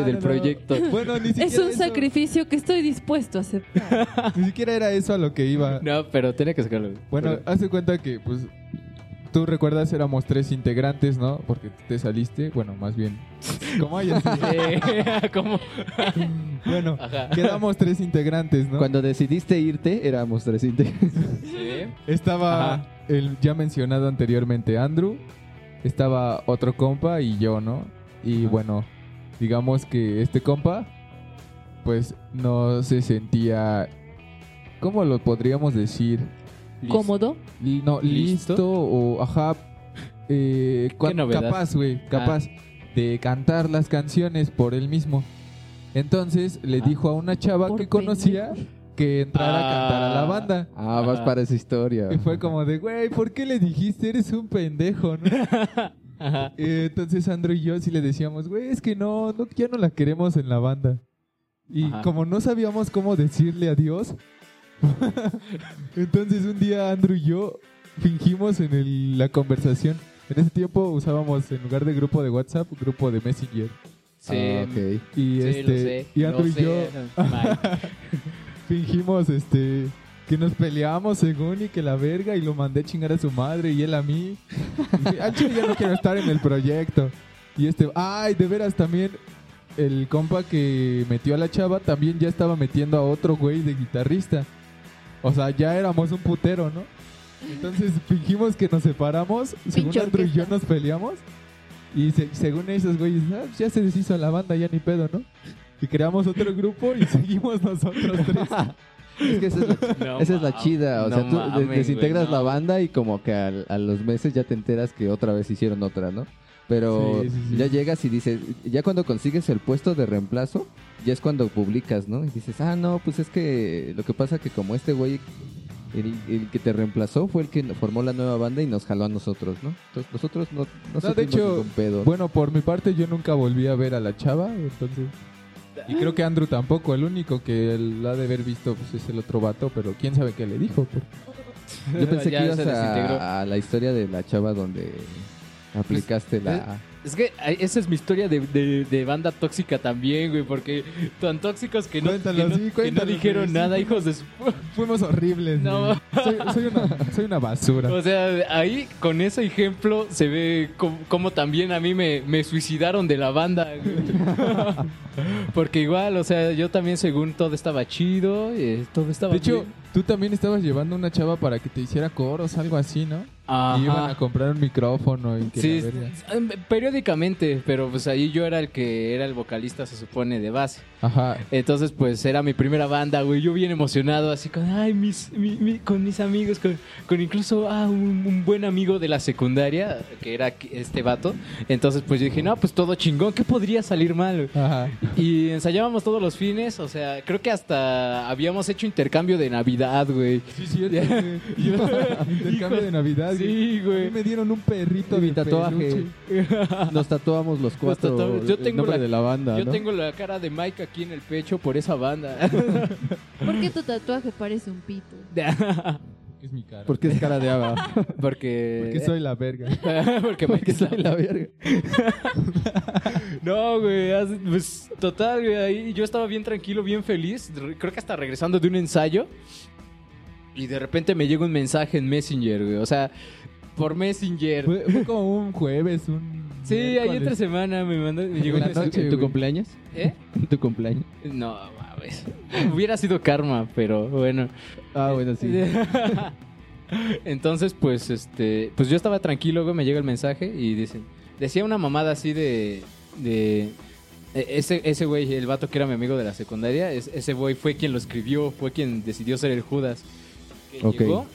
S3: Ah,
S5: No,
S4: del
S5: no, no.
S4: proyecto.
S5: Bueno, ni siquiera
S2: Es un
S5: eso-
S2: sacrificio que estoy dispuesto a aceptar.
S5: Ni siquiera era eso a lo que iba.
S4: No, pero tenía que sacarlo.
S5: Bueno,
S4: Pero-
S5: hace cuenta que, pues, tú recuerdas éramos tres integrantes, ¿no? Porque te saliste, bueno, más bien. Como hayas sido.
S4: Sí, ¿cómo?
S5: Bueno,
S4: Ajá.
S5: quedamos tres integrantes, ¿no?
S3: Cuando decidiste irte, éramos tres integrantes.
S4: Sí.
S5: Estaba
S4: Ajá.
S5: el ya mencionado anteriormente Andrew, estaba otro compa y yo, ¿no? Y bueno, digamos que este compa, pues no se sentía, ¿cómo lo podríamos decir?
S2: ¿Cómodo?
S5: Li- No, listo,
S4: ¿Listo?
S5: o ajá, eh, cua-
S4: novedad? Ah.
S5: capaz, güey, capaz de cantar las canciones por él mismo. Entonces le
S4: Ah.
S5: dijo a una chava
S2: Por
S5: que conocía que entrara a cantar a la
S4: Ah.
S5: banda.
S3: Ah, vas
S4: Ajá.
S3: para esa historia. Ah,
S5: Y fue como de, güey, ¿por qué le dijiste? Eres un pendejo, ¿no?
S4: Ajá.
S5: Eh, entonces Andrew y yo sí le decíamos, güey, es que no, no, ya no la queremos en la banda. Y
S4: Ajá.
S5: como no sabíamos cómo decirle adiós, entonces un día Andrew y yo fingimos en el- la conversación. En ese tiempo usábamos en lugar de grupo de WhatsApp, grupo de Messenger.
S4: Sí.
S3: Ah, ok.
S5: Y
S4: Sí,
S5: este
S4: lo sé.
S5: y Andrew
S4: lo
S5: y
S4: sé.
S5: yo
S4: Mike.
S5: fingimos este que nos peleamos según y que la verga y lo mandé a chingar a su madre y él a mí. Y, Al chile ya no quiero estar en el proyecto. Y este, ay, de veras también el compa que metió a la chava también ya estaba metiendo a otro güey de guitarrista. O sea, ya éramos un putero, ¿no? Entonces fingimos que nos separamos, según
S2: Pinche
S5: Andrew y yo
S2: orquesta.
S5: nos peleamos. Y se- según esos güeyes, "Ah, pues ya se deshizo la banda, ya ni pedo, ¿no? Y creamos otro grupo y seguimos nosotros tres.
S3: Es que esa es la,
S4: No
S3: esa es la
S4: mames.
S3: chida. O
S4: No
S3: sea, tú
S4: mames,
S3: de- desintegras
S4: güey,
S3: la
S4: no.
S3: banda y como que al- a los meses ya te enteras que otra vez hicieron otra, ¿no? Pero
S5: Sí, sí, sí.
S3: ya llegas y dices, ya cuando consigues el puesto de reemplazo, ya es cuando publicas, ¿no? Y dices, ah, no, pues es que lo que pasa que como este güey, el, el que te reemplazó fue el que formó la nueva banda y nos jaló a nosotros, ¿no? Entonces nosotros no, no,
S5: de
S3: sentimos
S5: hecho,
S3: ningún pedo.
S5: Bueno, por mi parte yo nunca volví a ver a la chava, entonces... Y creo que Andrew tampoco, el único que la ha de haber visto pues, es el otro vato, pero quién sabe qué le dijo. porque-
S3: Yo pensé
S4: Ya
S3: que ibas
S4: se desintegró.
S3: a, a la historia de la chava donde
S5: Pues,
S3: aplicaste
S5: eh,
S3: la...
S4: Es que ay, esa es mi historia de, de- de banda tóxica también, güey, porque tan tóxicos que no, que
S5: Cuéntalo,
S4: no-
S5: sí,
S4: que no
S5: cuéntalo,
S4: dijeron
S5: sí.
S4: nada, hijos de su...
S5: Fuimos horribles.
S4: No.
S5: güey. Soy, soy una, soy una basura.
S4: O sea, ahí con ese ejemplo se ve como, también a mí me, me suicidaron de la banda. güey. Porque igual, o sea, yo también según todo estaba chido, eh, todo estaba
S5: De hecho,
S4: bien.
S5: tú también estabas llevando una chava para que te hiciera coros, algo así, ¿no?
S4: Ajá.
S5: Y iban a comprar un micrófono y que
S4: Sí,
S5: la verga.
S4: em, periódicamente, pero pues ahí yo era el que era el vocalista, se supone, de base.
S5: Ajá.
S4: Entonces, pues era mi primera banda, güey. Yo bien emocionado, así con, ay, mis, mi- mi- con mis amigos, con, con incluso ah, un, un buen amigo de la secundaria, que era aquí- este vato. Entonces, pues yo dije, no, pues todo chingón, ¿qué podría salir mal?
S5: Ajá.
S4: Y ensayábamos todos los fines, o sea, creo que hasta habíamos hecho intercambio de Navidad, güey.
S5: Sí, cierto. güey. Intercambio de Navidad. güey.
S4: Sí,
S5: A mí
S4: güey.
S5: me dieron un perrito
S3: Mi
S5: de
S3: tatuaje.
S5: peluche.
S3: Nos tatuamos los cuatro.
S4: tatuamos. Yo
S3: el
S4: tengo
S3: nombre
S4: la-
S3: de la banda,
S4: Yo
S3: ¿no?
S4: tengo la cara de Mike aquí en el pecho por esa banda.
S2: ¿Por qué tu tatuaje parece un pito?
S5: Es mi cara.
S3: Porque es cara de haba.
S4: Porque...
S5: Porque soy la verga.
S4: Porque Mike es la
S3: la verga.
S4: No, güey, as- pues total, güey, ahí yo estaba bien tranquilo, bien feliz, re- creo que hasta regresando de un ensayo y de repente me llega un mensaje en Messenger, güey, o sea, por Messenger.
S5: Fue, fue como un jueves, un.
S4: Sí, ahí
S5: Pues, miércoles.
S4: entre semana me mandó, me llegó
S5: En
S4: un
S5: la
S4: mensaje.
S5: noche,
S3: ¿En tu
S5: güey.
S3: cumpleaños?
S4: ¿Eh?
S3: ¿En tu cumpleaños?
S4: No, mames. Hubiera sido karma, pero bueno.
S3: Ah, bueno, sí.
S4: Entonces, pues, este, pues yo estaba tranquilo, güey, me llega el mensaje y dicen, decía una mamada así de, de e- ese, ese güey, el vato que era mi amigo de la secundaria, es- ese güey fue quien lo escribió, fue quien decidió ser el Judas. Que
S3: Ok.
S4: llegó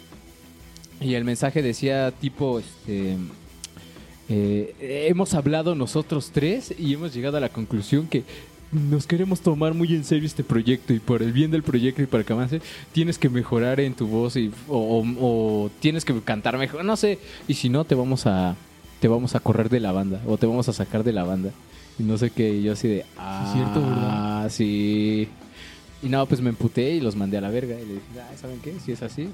S4: y el mensaje decía tipo, este, eh, hemos hablado nosotros tres y hemos llegado a la conclusión que nos queremos tomar muy en serio este proyecto y por el bien del proyecto y para que avance, tienes que mejorar en tu voz y, o, o- o tienes que cantar mejor, no sé. Y si no, te vamos a te vamos a correr de la banda o te vamos a sacar de la banda. Y no sé qué, y yo así de, ah,
S5: cierto, ¿verdad?
S4: ah, sí. Y no, pues me emputé y los mandé a la verga. Y le dije, ah, ¿saben qué? Si es así.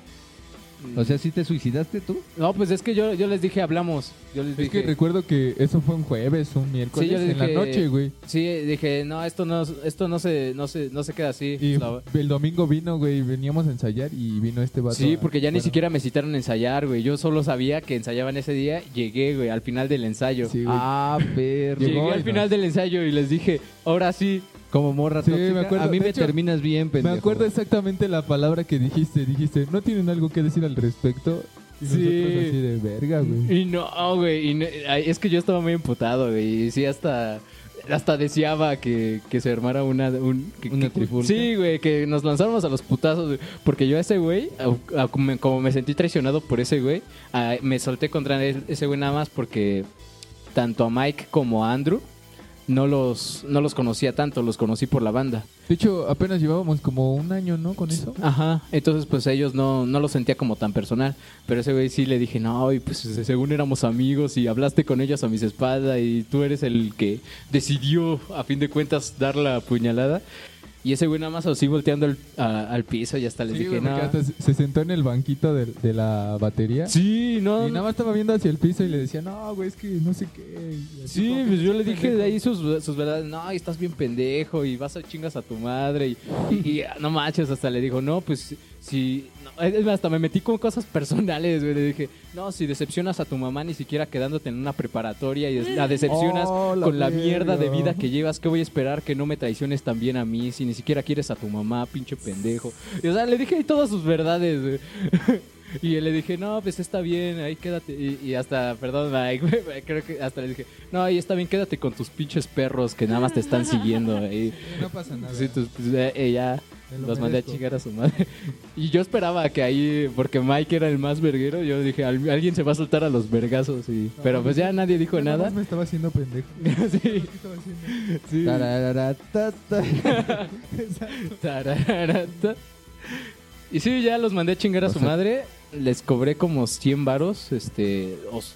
S3: O sea, ¿sí te suicidaste tú?
S4: No, pues es que yo, yo les dije, hablamos. Yo les
S5: Es que
S4: dije,
S5: recuerdo que eso fue un jueves, un miércoles,
S4: yo le
S5: en la
S4: dije-
S5: noche, güey.
S4: sí, dije, no, esto no, esto no se, no se, no se queda así.
S5: Y
S4: La-
S5: el domingo vino, güey, veníamos a ensayar y vino este vato.
S4: Sí, porque ya ni
S5: Bueno,
S4: siquiera me citaron a ensayar, güey. Yo solo sabía que ensayaban ese día. Llegué, güey, al final del ensayo.
S5: Sí, güey.
S3: Ah, perro.
S4: Llegué
S5: llegó y
S4: al final
S5: nos-
S4: del ensayo y les dije, ahora sí.
S3: Como morra
S5: Sí,
S3: tóxica,
S5: me acuerdo.
S3: a mí
S5: De
S3: me
S5: hecho,
S3: terminas bien, pendejo.
S5: Me acuerdo exactamente la palabra que dijiste. Dijiste, ¿no tienen algo que decir al respecto? Y
S4: Sí.
S5: nosotros así de verga, güey.
S4: Y no, güey. y no- ay, es que yo estaba muy emputado, güey. Y sí, hasta. Hasta deseaba que, que se armara una, un- que-
S3: Una
S4: que-
S3: trifulca.
S4: Sí, güey, que nos lanzáramos a los putazos. güey. Porque yo a ese güey, a- a- como me- como me sentí traicionado por ese güey, a- me solté contra el- ese güey nada más porque tanto a Mike como a Andrew no los, no los conocía tanto, los conocí por la banda.
S5: De hecho, apenas llevábamos como un año, ¿no? Con eso.
S4: Ajá, entonces pues ellos no, no lo sentía como tan personal, pero ese güey sí le dije, no, y pues según éramos amigos y hablaste con ellos a mis espaldas y tú eres el que decidió a fin de cuentas dar la puñalada. Y ese güey nada más así volteando al, a- al piso y hasta les
S5: Sí,
S4: dije,
S5: güey, porque
S4: no.
S5: hasta se se sentó en el banquito de, de la batería.
S4: Sí, no.
S5: Y nada más estaba viendo hacia el piso y le decía, no, güey, es que no sé qué. Y así
S4: Sí,
S5: como que
S4: pues yo le dije
S5: pendejo.
S4: de ahí sus, sus verdades, no, y estás bien pendejo y vas a chingas a tu madre y, y- y, no manches, hasta le dijo, no, pues si, no, es más, hasta me metí con cosas personales, güey, le dije, no, si decepcionas a tu mamá ni siquiera quedándote en una preparatoria y la decepcionas
S5: Oh, la
S4: con la mierda de
S5: verga.
S4: vida que llevas, ¿qué voy a esperar que no me traiciones también a mí si ni siquiera quieres a tu mamá, pinche pendejo? Y, o sea, le dije ahí todas sus verdades, güey. Y yo le dije, no, pues está bien, ahí quédate. Y, y hasta, perdón, Mike, güey, güey, creo que hasta le dije, no, ahí está bien, quédate con tus pinches perros que nada más te están siguiendo. Y,
S5: No pasa nada.
S4: sí, tus- pues, eh, eh, ya
S5: Me lo
S4: los mandé a
S5: merezco.
S4: chingar a su madre. Y yo esperaba que ahí, porque Mike era el más verguero, yo dije, "Al- alguien se va a soltar a los vergazos. Y, pero pues ya nadie dijo
S5: Nada
S4: nada.
S5: más me estaba haciendo pendejo.
S4: sí,
S5: Estaba haciendo-
S4: sí.
S3: Tarararatata.
S4: Tararata. Y sí, ya los mandé a chingar a
S3: O
S4: su
S3: sea-
S4: madre. Les cobré como 100 varos, este... os-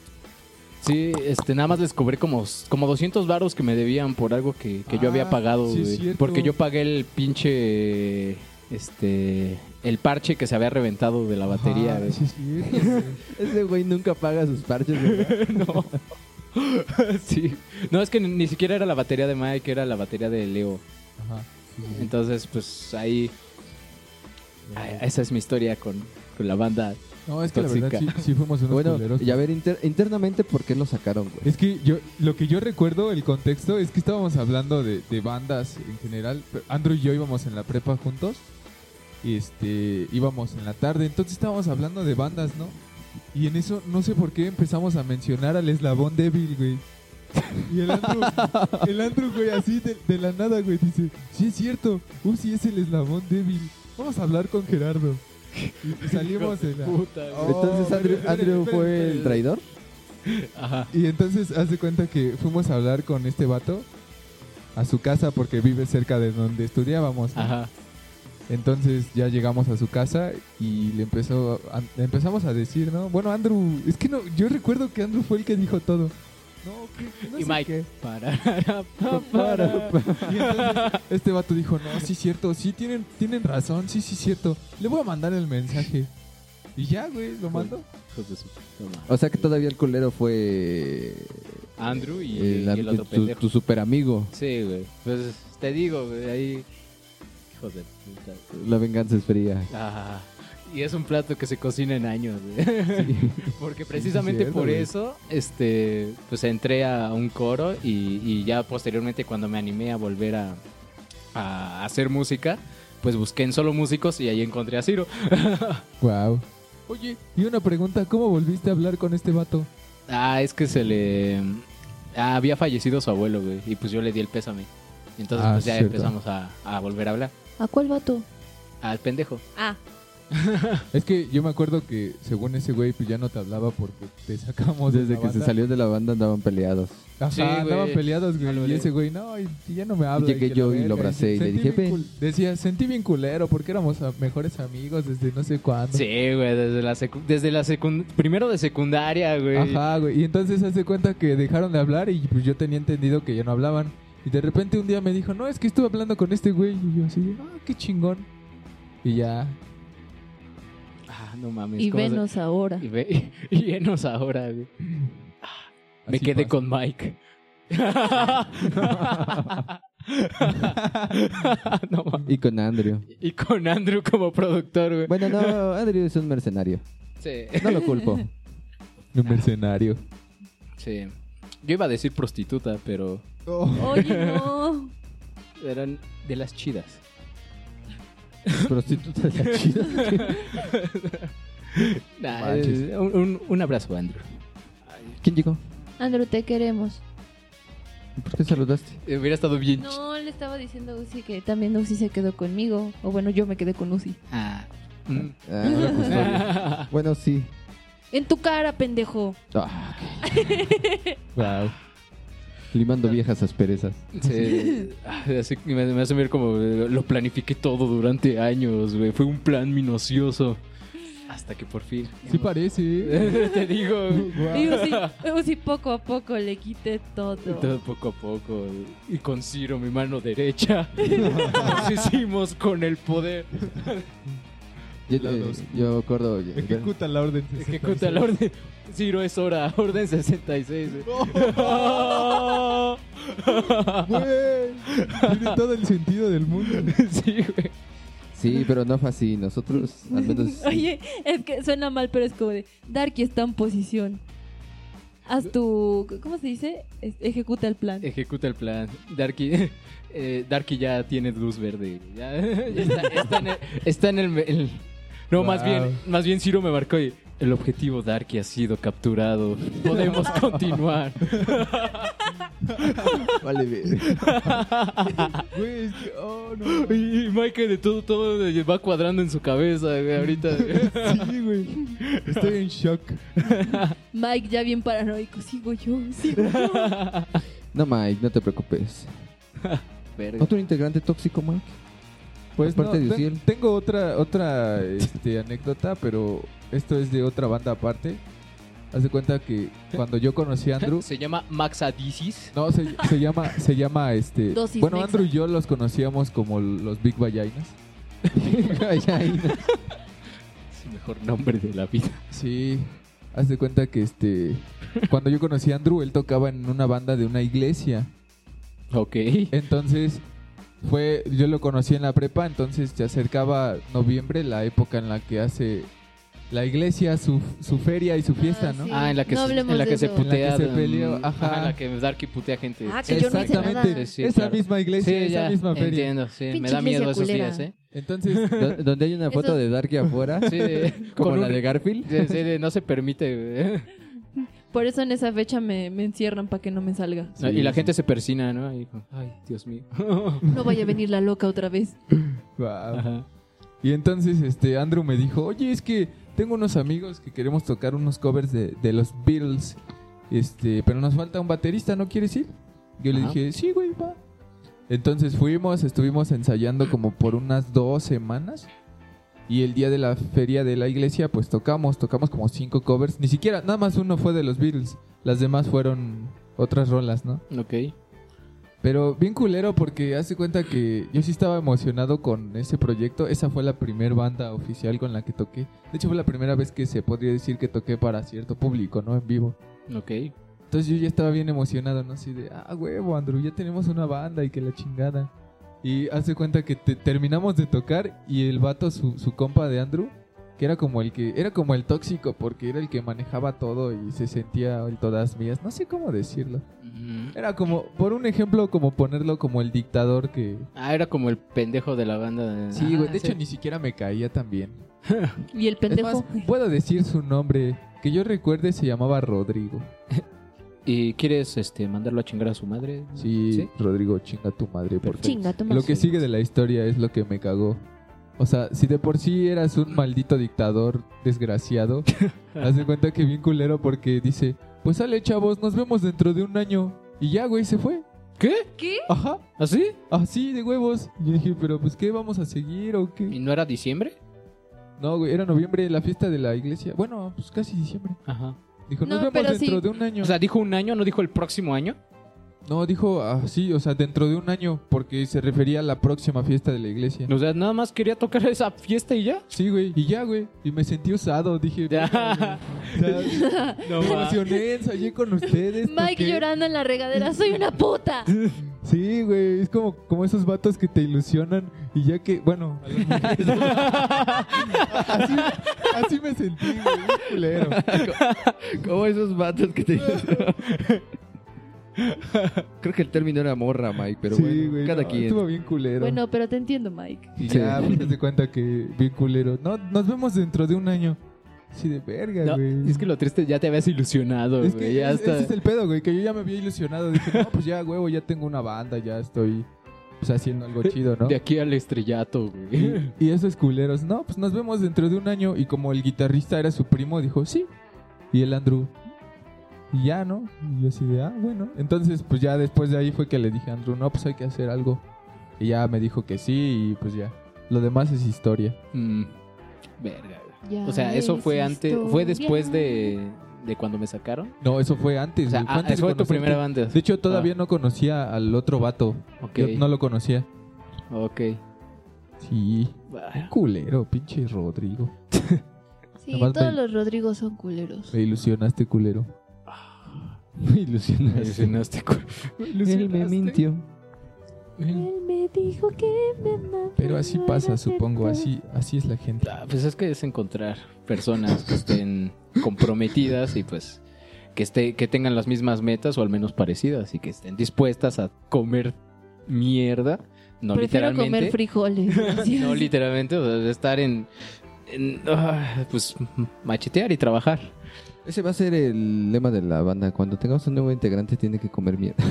S4: sí, este, nada más les cobré como, como 200 varos que me debían por algo que, que yo había
S5: Ah,
S4: pagado,
S5: sí es
S4: güey.
S5: cierto.
S4: Porque yo pagué el pinche... Este... El parche que se había reventado de la batería,
S5: Ajá,
S4: güey.
S5: sí, sí, güey.
S3: Ese güey nunca paga sus parches, ¿verdad?
S4: No. sí. No, es que ni, ni siquiera era la batería de Mike, era la batería de Leo.
S5: Ajá.
S4: Entonces, pues ahí. ahí- Esa es mi historia con, con la banda.
S5: No, es que la
S4: Tóxica.
S5: verdad sí, sí fuimos unos
S3: Bueno,
S5: culeros.
S3: y a ver, inter- internamente, ¿por qué lo sacaron, güey?
S5: Es que yo, lo que yo recuerdo, el contexto, es que estábamos hablando de, de bandas en general. Pero Andrew y yo íbamos en la prepa juntos. Y este, íbamos en la tarde. Entonces estábamos hablando de bandas, ¿no? Y en eso, no sé por qué empezamos a mencionar al eslabón débil, güey. Y el Andrew, el Andrew, güey, así de, de la nada, güey, dice: Sí, es cierto, Uzi es el eslabón débil. Vamos a hablar con Gerardo. Y salimos de la.
S3: Entonces,
S5: Oh,
S3: Andrew,
S5: espera,
S3: Andrew
S5: espera,
S3: fue
S5: espera.
S3: el traidor.
S4: Ajá.
S5: Y entonces haz de cuenta que fuimos a hablar con este vato a su casa porque vive cerca de donde estudiábamos. ¿no?
S4: Ajá.
S5: Entonces ya llegamos a su casa y le empezó a- le empezamos a decir, ¿no? Bueno, Andrew, es que no, yo recuerdo que Andrew fue el que dijo todo. No, que- no
S4: Y
S5: sé
S4: Mike.
S5: qué.
S4: Para,
S5: Para. Y entonces este vato dijo, no, sí cierto, sí tienen, tienen razón, sí, sí cierto. Le voy a mandar el mensaje. Y ya, güey, lo mando.
S4: Hijos de su puta madre.
S3: O sea que todavía el culero fue.
S4: Andrew y
S3: el-
S4: y el, otro
S3: Eh, tu,
S4: pendejo.
S3: tu super amigo.
S4: Sí, güey. Pues te digo, güey, ahí. Hijos de puta.
S3: La venganza es fría.
S4: Ah, y es un plato que se cocina en años, güey. Porque precisamente
S5: cierto,
S4: por
S5: güey.
S4: eso, este, pues entré a un coro y, y ya posteriormente cuando me animé a volver a, a hacer música, pues busqué en solo músicos y ahí encontré a Ciro.
S5: Wow. Oye, y una pregunta, ¿cómo volviste a hablar con este vato?
S4: Ah, es que se le... ah, había fallecido su abuelo, güey, y pues yo le di el pésame. Y entonces
S5: Ah,
S4: pues ya
S5: cierto.
S4: empezamos a, a volver a hablar.
S2: ¿A cuál vato?
S4: Al pendejo.
S2: Ah,
S5: Es que yo me acuerdo que según ese güey pues ya no te hablaba porque te sacamos de
S3: Desde
S5: la
S3: que se
S5: banda.
S3: salió de la banda andaban peleados.
S5: Ajá,
S4: Sí, güey.
S5: andaban peleados,
S4: Ah, lo
S5: güey. Y
S4: leí.
S5: ese güey, no, y y ya no me habla.
S3: llegué
S5: que
S3: yo
S5: la
S3: y lo
S5: verga.
S3: abracé y le
S5: Sentí
S3: dije,
S5: bien
S3: "Ve".
S5: cul- Decía, sentí bien culero porque éramos a- mejores amigos desde no sé cuándo.
S4: Sí, güey, desde la, secu- desde la secund- primero de secundaria, güey.
S5: Ajá, güey. Y entonces hace cuenta que dejaron de hablar y pues yo tenía entendido que ya no hablaban. Y de repente un día me dijo, no, es que estuve hablando con este güey. Y yo así, ah, qué chingón. Y ya.
S4: Ah, no mames.
S2: y
S4: ¿cómo se-
S2: venos ahora.
S4: Y, ve, y venos ahora, güey. Me
S5: así
S4: quedé
S5: pasa.
S4: con Mike. no, mames.
S3: Y con Andrew.
S4: y con Andrew como productor, güey.
S3: Bueno, no, Andrew es un mercenario.
S4: Sí,
S3: No lo culpo.
S5: Un mercenario.
S4: sí. Yo iba a decir prostituta, pero
S2: Oye, no.
S4: eran de las chidas.
S3: Prostituta de la chida.
S4: Nah,
S3: Manches.
S4: eh, un, un- un abrazo, Andrew.
S3: ¿Quién llegó?
S2: Andrew, te queremos.
S3: ¿Por qué saludaste?
S4: Eh, Hubiera estado bien. ch-
S2: No, le estaba diciendo a Uzi que también Uzi se quedó conmigo. O bueno, yo me quedé con Uzi.
S4: Ah. Mm.
S3: Ah, no lo custodio. Bueno, sí.
S2: En tu cara, pendejo.
S3: Ah, ok. Limando viejas asperezas.
S4: Sí, ah, así que me, me hace ver como eh, lo planifiqué todo durante años, güey. Fue un plan minucioso. Hasta que por fin.
S5: Sí parece. ¿eh?
S4: Te digo.
S2: Y Uzi, Uzi poco a poco le quité todo.
S4: Todo poco a poco. Y con Ciro, mi mano derecha. Nos hicimos con el poder.
S3: Yo, eh, yo me acuerdo. oye,
S5: Ejecuta la orden.
S4: Ejecuta la orden. Ciro es hora. Orden 66. güey.
S5: Güey, Tiene todo el sentido del mundo.
S4: sí, güey.
S3: Sí, pero no fue así. Nosotros, al menos.
S2: Oye, es que suena mal, pero es como de Darky está en posición. Haz tu. ¿Cómo se dice? Es- Ejecuta el plan.
S4: Ejecuta el plan. Darky, eh, Darky ya tiene luz verde. Ya, ya está, está en el, está en el- el- No,
S5: Wow.
S4: más bien, más bien Ciro me marcó y el objetivo Darky ha sido capturado. Podemos continuar.
S6: Vale, ver.
S5: Güey, es que- oh, no.
S4: Y y Mike de todo, todo le va cuadrando en su cabeza güey, ahorita.
S5: Sí, güey. Estoy en shock.
S2: Mike ya bien paranoico, sigo yo, sigo yo.
S3: No, Mike, no te preocupes. ¿Otro integrante tóxico, Mike?
S5: Pues
S3: Aparte
S5: no,
S3: de
S5: ten-
S3: Uciel.
S5: tengo otra otra este, anécdota, pero esto es de otra banda aparte. Haz de cuenta que cuando yo conocí a Andrew,
S4: Se llama Max Adisis.
S5: no se, se llama se llama este,
S2: Dosis
S5: bueno,
S2: Nexa.
S5: Andrew y yo los conocíamos como los Big Vallainas.
S4: Es el mejor nombre de la vida.
S5: Sí, haz de cuenta que este cuando yo conocí a Andrew, él tocaba en una banda de una iglesia.
S4: Ok.
S5: Entonces fue, yo lo conocí en la prepa, entonces se acercaba noviembre, la época en la que hace la iglesia su, su feria y su fiesta,
S2: Ah,
S5: ¿no?
S2: sí.
S4: Ah, en la que,
S2: No
S4: se,
S2: hablemos
S4: en la
S2: de
S4: que se
S2: eso.
S4: putea.
S5: En la que se peleó,
S4: mm,
S5: ajá.
S4: En la que Darky putea gente.
S2: Ah, que yo no hice
S5: Exactamente,
S2: nada.
S4: Sí, sí,
S5: esa
S4: claro.
S5: misma iglesia,
S4: Sí,
S5: esa
S4: ya,
S5: misma feria.
S4: Entiendo, sí.
S2: Pinche
S4: me da miedo
S2: iglesia
S4: esos
S2: culera.
S4: días, ¿eh?
S5: Entonces,
S3: Do- Donde hay una foto
S2: Eso-
S3: de Darky afuera,
S4: Sí,
S3: como
S4: con
S3: la
S4: un-
S3: de Garfield.
S4: Sí, sí, no se permite. ¿eh? güey.
S2: Por eso en esa fecha me, me encierran para que no me salga.
S4: No, y la gente se persina, ¿no? Y dijo, Ay, Dios mío.
S2: No vaya a venir la loca otra vez.
S5: wow.
S4: Ajá.
S5: y entonces este Andrew me dijo, "Oye, es que tengo unos amigos que queremos tocar unos covers de, de los Beatles. Este, pero nos falta un baterista, ¿no quieres ir?" Yo le
S4: Ajá.
S5: dije, "Sí, güey, va." Entonces fuimos, estuvimos ensayando como por unas dos semanas. Y el día de la feria de la iglesia, pues tocamos, tocamos como cinco covers. Ni siquiera, nada más uno fue de los Beatles. Las demás fueron otras rolas, ¿no?
S4: Ok.
S5: Pero bien culero porque hace cuenta que yo sí estaba emocionado con ese proyecto. Esa fue la primera banda oficial con la que toqué. De hecho fue la primera vez que se podría decir que toqué para cierto público, ¿no? En vivo.
S4: Ok.
S5: Entonces yo ya estaba bien emocionado, ¿no? Así de, ah, huevo, Andrew, ya tenemos una banda y que la chingada. Y hace cuenta que te- terminamos de tocar y el vato, su, su compa de Andrew, que era como el que, era como el tóxico porque era el que manejaba todo y se sentía en todas mías. No sé cómo decirlo.
S4: Ujú.
S5: Era como, por un ejemplo, como ponerlo como el dictador que...
S4: Ah, era como el pendejo de la banda. de-
S5: Sí, güey,
S4: Ah,
S5: de hecho ni siquiera me caía tan bien.
S2: Y el
S5: Es
S2: pendejo.
S5: más, puedo decir su nombre, que yo recuerde se llamaba Rodrigo.
S4: ¿Y quieres este, mandarlo a chingar a su madre?
S5: Sí, Rodrigo, chinga tu madre, por favor.
S2: Chinga, toma.
S5: Lo que sigue de la historia es lo que me cagó. O sea, si de por sí eras un maldito dictador desgraciado, haz de cuenta que bien culero porque dice, pues sale chavos, nos vemos dentro de un año. Y ya, güey, se fue.
S4: ¿Qué? ¿Ah,
S2: ¿Qué?
S5: Ajá,
S4: ¿Así?
S5: así de huevos. Y yo dije, pero pues qué, vamos a seguir o qué.
S4: ¿Y no era diciembre?
S5: No, güey, era noviembre, la fiesta de la iglesia. Bueno, pues casi diciembre.
S4: Ajá.
S5: Dijo, nos
S2: No,
S5: vemos
S2: pero
S5: dentro
S2: sí.
S5: de un año.
S4: O sea, dijo un año, no dijo el próximo año.
S5: no, dijo así, o sea, dentro de un año, porque se refería a la próxima fiesta de la iglesia.
S4: O sea, nada más quería tocar esa fiesta y ya.
S5: Sí, güey, y ya, güey. Y me sentí usado, dije.
S4: Ya.
S5: "Puta, güey". O sea,
S4: No,
S5: me
S4: va.
S5: emocioné, ensayé con ustedes.
S2: Mike
S5: toqué.
S2: llorando en la regadera, soy una puta.
S5: Sí, güey, es como, como esos vatos que te ilusionan y ya que, bueno, a las mujeres. así, así me sentí, güey, bien culero.
S3: Como esos vatos que te Creo que el término era morra, Mike, pero
S5: Sí,
S3: bueno,
S5: güey,
S3: cada
S5: no,
S3: quien.
S5: Estuvo bien culero.
S2: Bueno, pero te entiendo, Mike.
S5: Y
S3: Sí.
S5: ya, pues, haz de cuenta que bien culero. No, nos vemos dentro de un año. Sí, de verga,
S4: No,
S5: güey.
S4: es que lo triste, ya te habías ilusionado,
S5: Es que
S4: güey. Ya
S5: es-
S4: está.
S5: ese es el pedo, güey, que yo ya me había ilusionado. Dije, no, pues ya, huevo, ya tengo una banda, ya estoy pues, haciendo algo chido, ¿no?
S4: De aquí al estrellato, güey.
S5: Y, y esos culeros, no, pues nos vemos dentro de un año. Y como el guitarrista era su primo, dijo, sí. Y el Andrew, y ya, ¿no? Y yo así de, ah, bueno. Entonces, pues ya después de ahí fue que le dije a Andrew, no, pues hay que hacer algo. Y ya me dijo que sí, y pues ya. Lo demás es historia.
S4: Mm. Verga, güey. O sea, eso fue antes, fue después de, de cuando me sacaron.
S5: No, eso fue antes.
S4: O sea,
S5: güey,
S4: ah,
S5: antes de
S4: fue tu
S5: conocerte.
S4: primera banda. Ah.
S5: De hecho, todavía no conocía al otro vato.
S4: Ok,
S5: Yo no lo conocía.
S4: ok.
S5: Sí.
S4: Bah.
S5: Culero, pinche Rodrigo.
S2: Sí,
S5: Nomás
S2: todos
S5: me-
S2: los Rodrigos son culeros.
S5: Me ilusionaste, culero.
S3: Me ilusionaste.
S4: Ah. Me ilusionaste, güey.
S3: Él me mintió.
S2: Él me dijo que me amaba.
S5: Pero así pasa, supongo. Así, así es la gente.
S4: Ah, Pues es que es encontrar personas que estén comprometidas y pues que esté, que tengan las mismas metas o al menos parecidas y que estén dispuestas a comer mierda, no
S2: Prefiero
S4: literalmente,
S2: comer frijoles. gracias.
S4: no literalmente, o sea, estar en en- ah, pues machetear y trabajar.
S3: Ese va a ser el lema de la banda. Cuando tengamos un nuevo integrante tiene que comer mierda.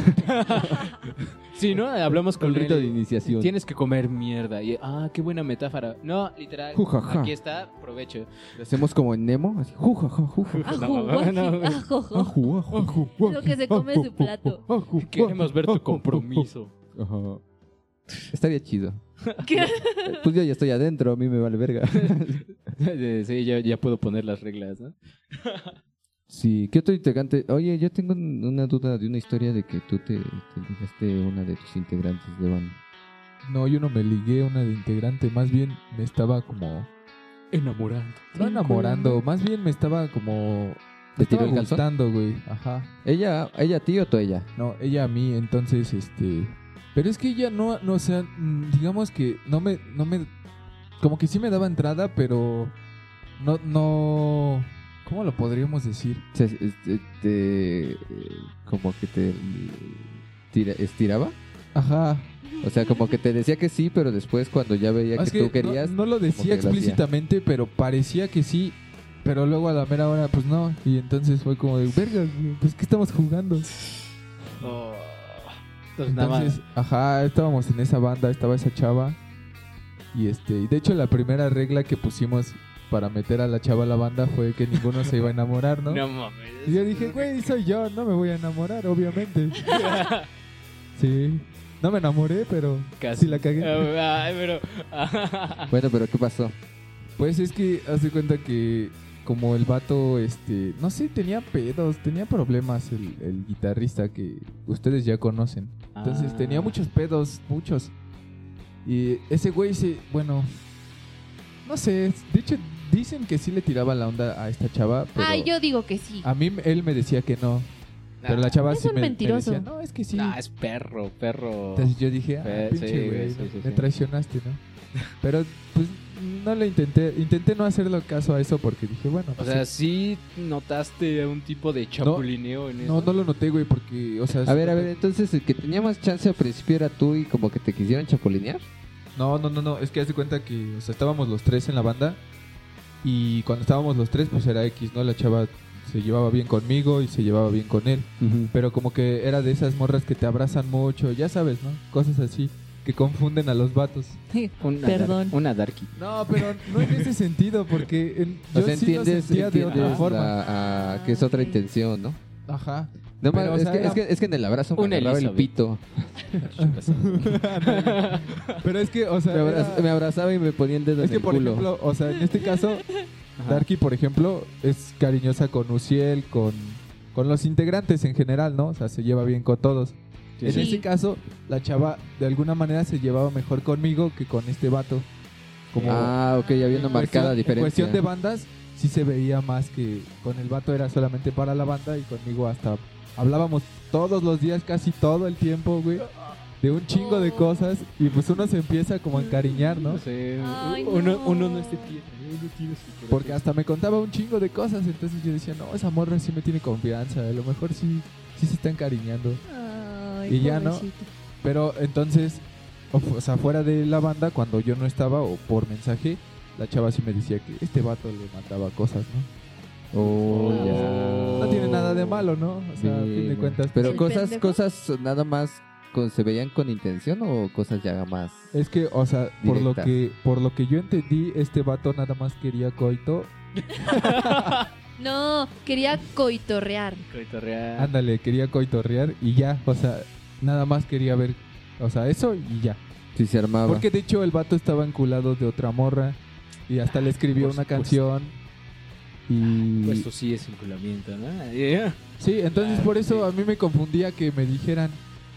S4: Sí, ¿no? Hablamos con
S6: Un rito
S4: él
S6: de
S4: y-
S6: iniciación.
S4: Tienes que comer mierda. Y, ah, qué buena metáfora. No, literal.
S3: Jujaja.
S4: Aquí está, provecho.
S3: Lo hacemos como en Nemo. así, jujaja, jujaja.
S2: Ajú, guaji, ajojo.
S5: Aju, aju, aju,
S2: Es lo que se come su plato.
S5: aju,
S4: Queremos ver tu
S5: aju,
S4: compromiso.
S5: Ajá.
S3: Estaría chido.
S2: ¿Qué?
S3: Pues yo ya estoy adentro, a mí me vale verga.
S4: sí, ya, ya puedo poner las reglas, ¿no?
S3: Sí, qué otro integrante. Oye, yo tengo un- una duda de una historia de que tú te, te ligaste una de tus integrantes de banda.
S5: No, yo no me ligué a una de integrante, más bien me estaba como...
S4: Enamorando.
S5: No enamorando, más bien me estaba como...
S3: ¿Te
S5: Me estaba
S3: tiró el calzón?
S5: gustando, güey. Ajá.
S3: ¿Ella, ella a ti o tú a ella?
S5: No, ella a mí, entonces, este... Pero es que ella no, no, o sea, mm, digamos que no me, no me... Como que sí me daba entrada, pero... No, no... ¿Cómo lo podríamos decir?
S3: O sea, este, te- como que te tira- estiraba.
S5: Ajá.
S3: O sea, como que te decía que sí, pero después cuando ya veía que,
S5: Es
S3: tú querías...
S5: No, no lo decía
S3: que lo hacía.
S5: explícitamente, pero parecía que sí. Pero luego a la mera hora, pues no. Y entonces fue como de, verga, güey, pues que estamos jugando.
S4: Entonces, nada más.
S5: Oh. Entonces, ajá, estábamos en esa banda, estaba esa chava. Y este, y de hecho la primera regla que pusimos para meter a la chava a la banda fue que ninguno se iba a enamorar, ¿no?
S4: No mames.
S5: Y yo dije, güey, soy yo, no me voy a enamorar, obviamente. sí. No me enamoré, pero
S4: Casi.
S5: sí la cagué.
S4: Ay, pero. ah.
S3: Bueno, pero ¿qué pasó?
S5: Pues es que hace cuenta que como el vato, este, no sé, tenía pedos, tenía problemas el, el guitarrista que ustedes ya conocen. Entonces
S4: Ah.
S5: tenía muchos pedos, muchos. Y ese güey se, bueno, no sé, es- de hecho dicen que sí le tiraba la onda a esta chava, pero
S2: Ay, Ah, yo digo que sí.
S4: Ah.
S5: a mí él me decía que no,
S4: Nah,
S5: pero la chava
S2: Es
S5: sí
S2: un
S5: me, me
S2: mentiroso.
S5: decía, no, es que sí.
S4: Ah. nah, es perro, perro.
S5: Entonces yo dije, ah,
S4: Eh,
S5: pinche
S4: sí, güey,
S5: güey,
S4: sí,
S5: me-
S4: sí,
S5: me
S4: sí.
S5: traicionaste, ¿no? Pero pues no le intenté, intenté no hacerle caso a eso porque dije, bueno,
S4: O
S5: pues,
S4: sea, sí notaste un tipo de chapulineo en eso.
S5: No, no lo noté, güey, porque, o sea...
S3: A ver, a ver, entonces el que tenía más chance al principio era tú y como que te quisieron chapulinear.
S5: No, no, no, no, es que hace cuenta que, o sea, estábamos los tres en la banda y cuando estábamos los tres, pues era X, ¿no? La chava se llevaba bien conmigo y se llevaba bien con él, pero como que era de esas morras que te abrazan mucho, ya sabes, ¿no? Cosas así, que confunden a los vatos.
S4: Una
S2: Perdón.
S4: dar- una darky.
S5: No, pero no en ese sentido, porque en-
S3: O
S5: yo
S3: sea,
S5: sí
S3: entiendes,
S5: lo sentía de otra
S3: entiendes
S5: forma.
S3: la- a- que es otra intención, ¿no?
S5: Ajá.
S3: No,
S5: Pero,
S3: ma-
S5: o
S3: es,
S5: sea,
S3: que,
S5: era-
S3: es, que, es que en el abrazo me
S4: Una
S3: agarraba el
S4: Elizabeth.
S3: pito.
S5: Pero es que, o sea,
S3: Me, abra-
S5: era-
S3: me abrazaba y me ponía el dedo
S5: es
S3: en
S5: que
S3: el
S5: por
S3: culo.
S5: ejemplo, o sea, en este caso,
S4: Ajá.
S5: Darky, por ejemplo, es cariñosa con Uciel, con, con los integrantes en general, ¿no? O sea, se lleva bien con todos. En
S2: sí.
S5: ese caso, la chava de alguna manera se llevaba mejor conmigo que con este vato. Como
S3: ah, ok, había una
S5: en
S3: marcada
S5: cuestión-
S3: diferencia.
S5: En cuestión de bandas, sí se veía más que con el vato era solamente para la banda y conmigo hasta hablábamos todos los días, casi todo el tiempo, güey. De un chingo de cosas y pues uno se empieza como a encariñar, ¿no?
S4: No sé.
S2: Ay,
S4: uno,
S2: no.
S4: uno no es de tierra, uno tiene su corazón.
S5: Porque hasta me contaba un chingo de cosas, entonces yo decía, no, esa morra sí me tiene confianza, a lo mejor sí, sí se está encariñando.
S2: Ay,
S5: Y ya, ¿no?
S2: pobrecito.
S5: Pero entonces, o, fu- o sea, fuera de la banda, cuando yo no estaba o por mensaje, la chava sí me decía que este vato le mandaba cosas, ¿no?
S3: Oh,
S4: Oh.
S3: ya.
S5: No tiene nada de malo, ¿no? O sea, a
S3: Sí,
S5: fin de
S3: bueno.
S5: cuentas.
S3: Pero
S2: ¿El
S3: cosas,
S2: pendejo?
S3: cosas nada más con- se veían con intención o cosas ya más.
S5: Es que, o sea, por lo
S3: Directas.
S5: que, por lo que yo entendí, este vato nada más quería coito.
S2: No, quería coitorrear.
S4: Coitorrear.
S5: Ándale, quería coitorrear y ya, o sea, nada más quería ver, o sea, eso y ya.
S3: Si se armaba.
S4: Ah,
S5: Porque de hecho el vato estaba enculado de otra morra y hasta le escribió
S4: Por
S5: una
S4: supuesto.
S5: canción. Y
S4: Pues eso sí es enculamiento, ¿no? Yeah.
S5: sí, entonces
S4: Claro,
S5: por eso
S4: sí.
S5: a mí me confundía que me dijeran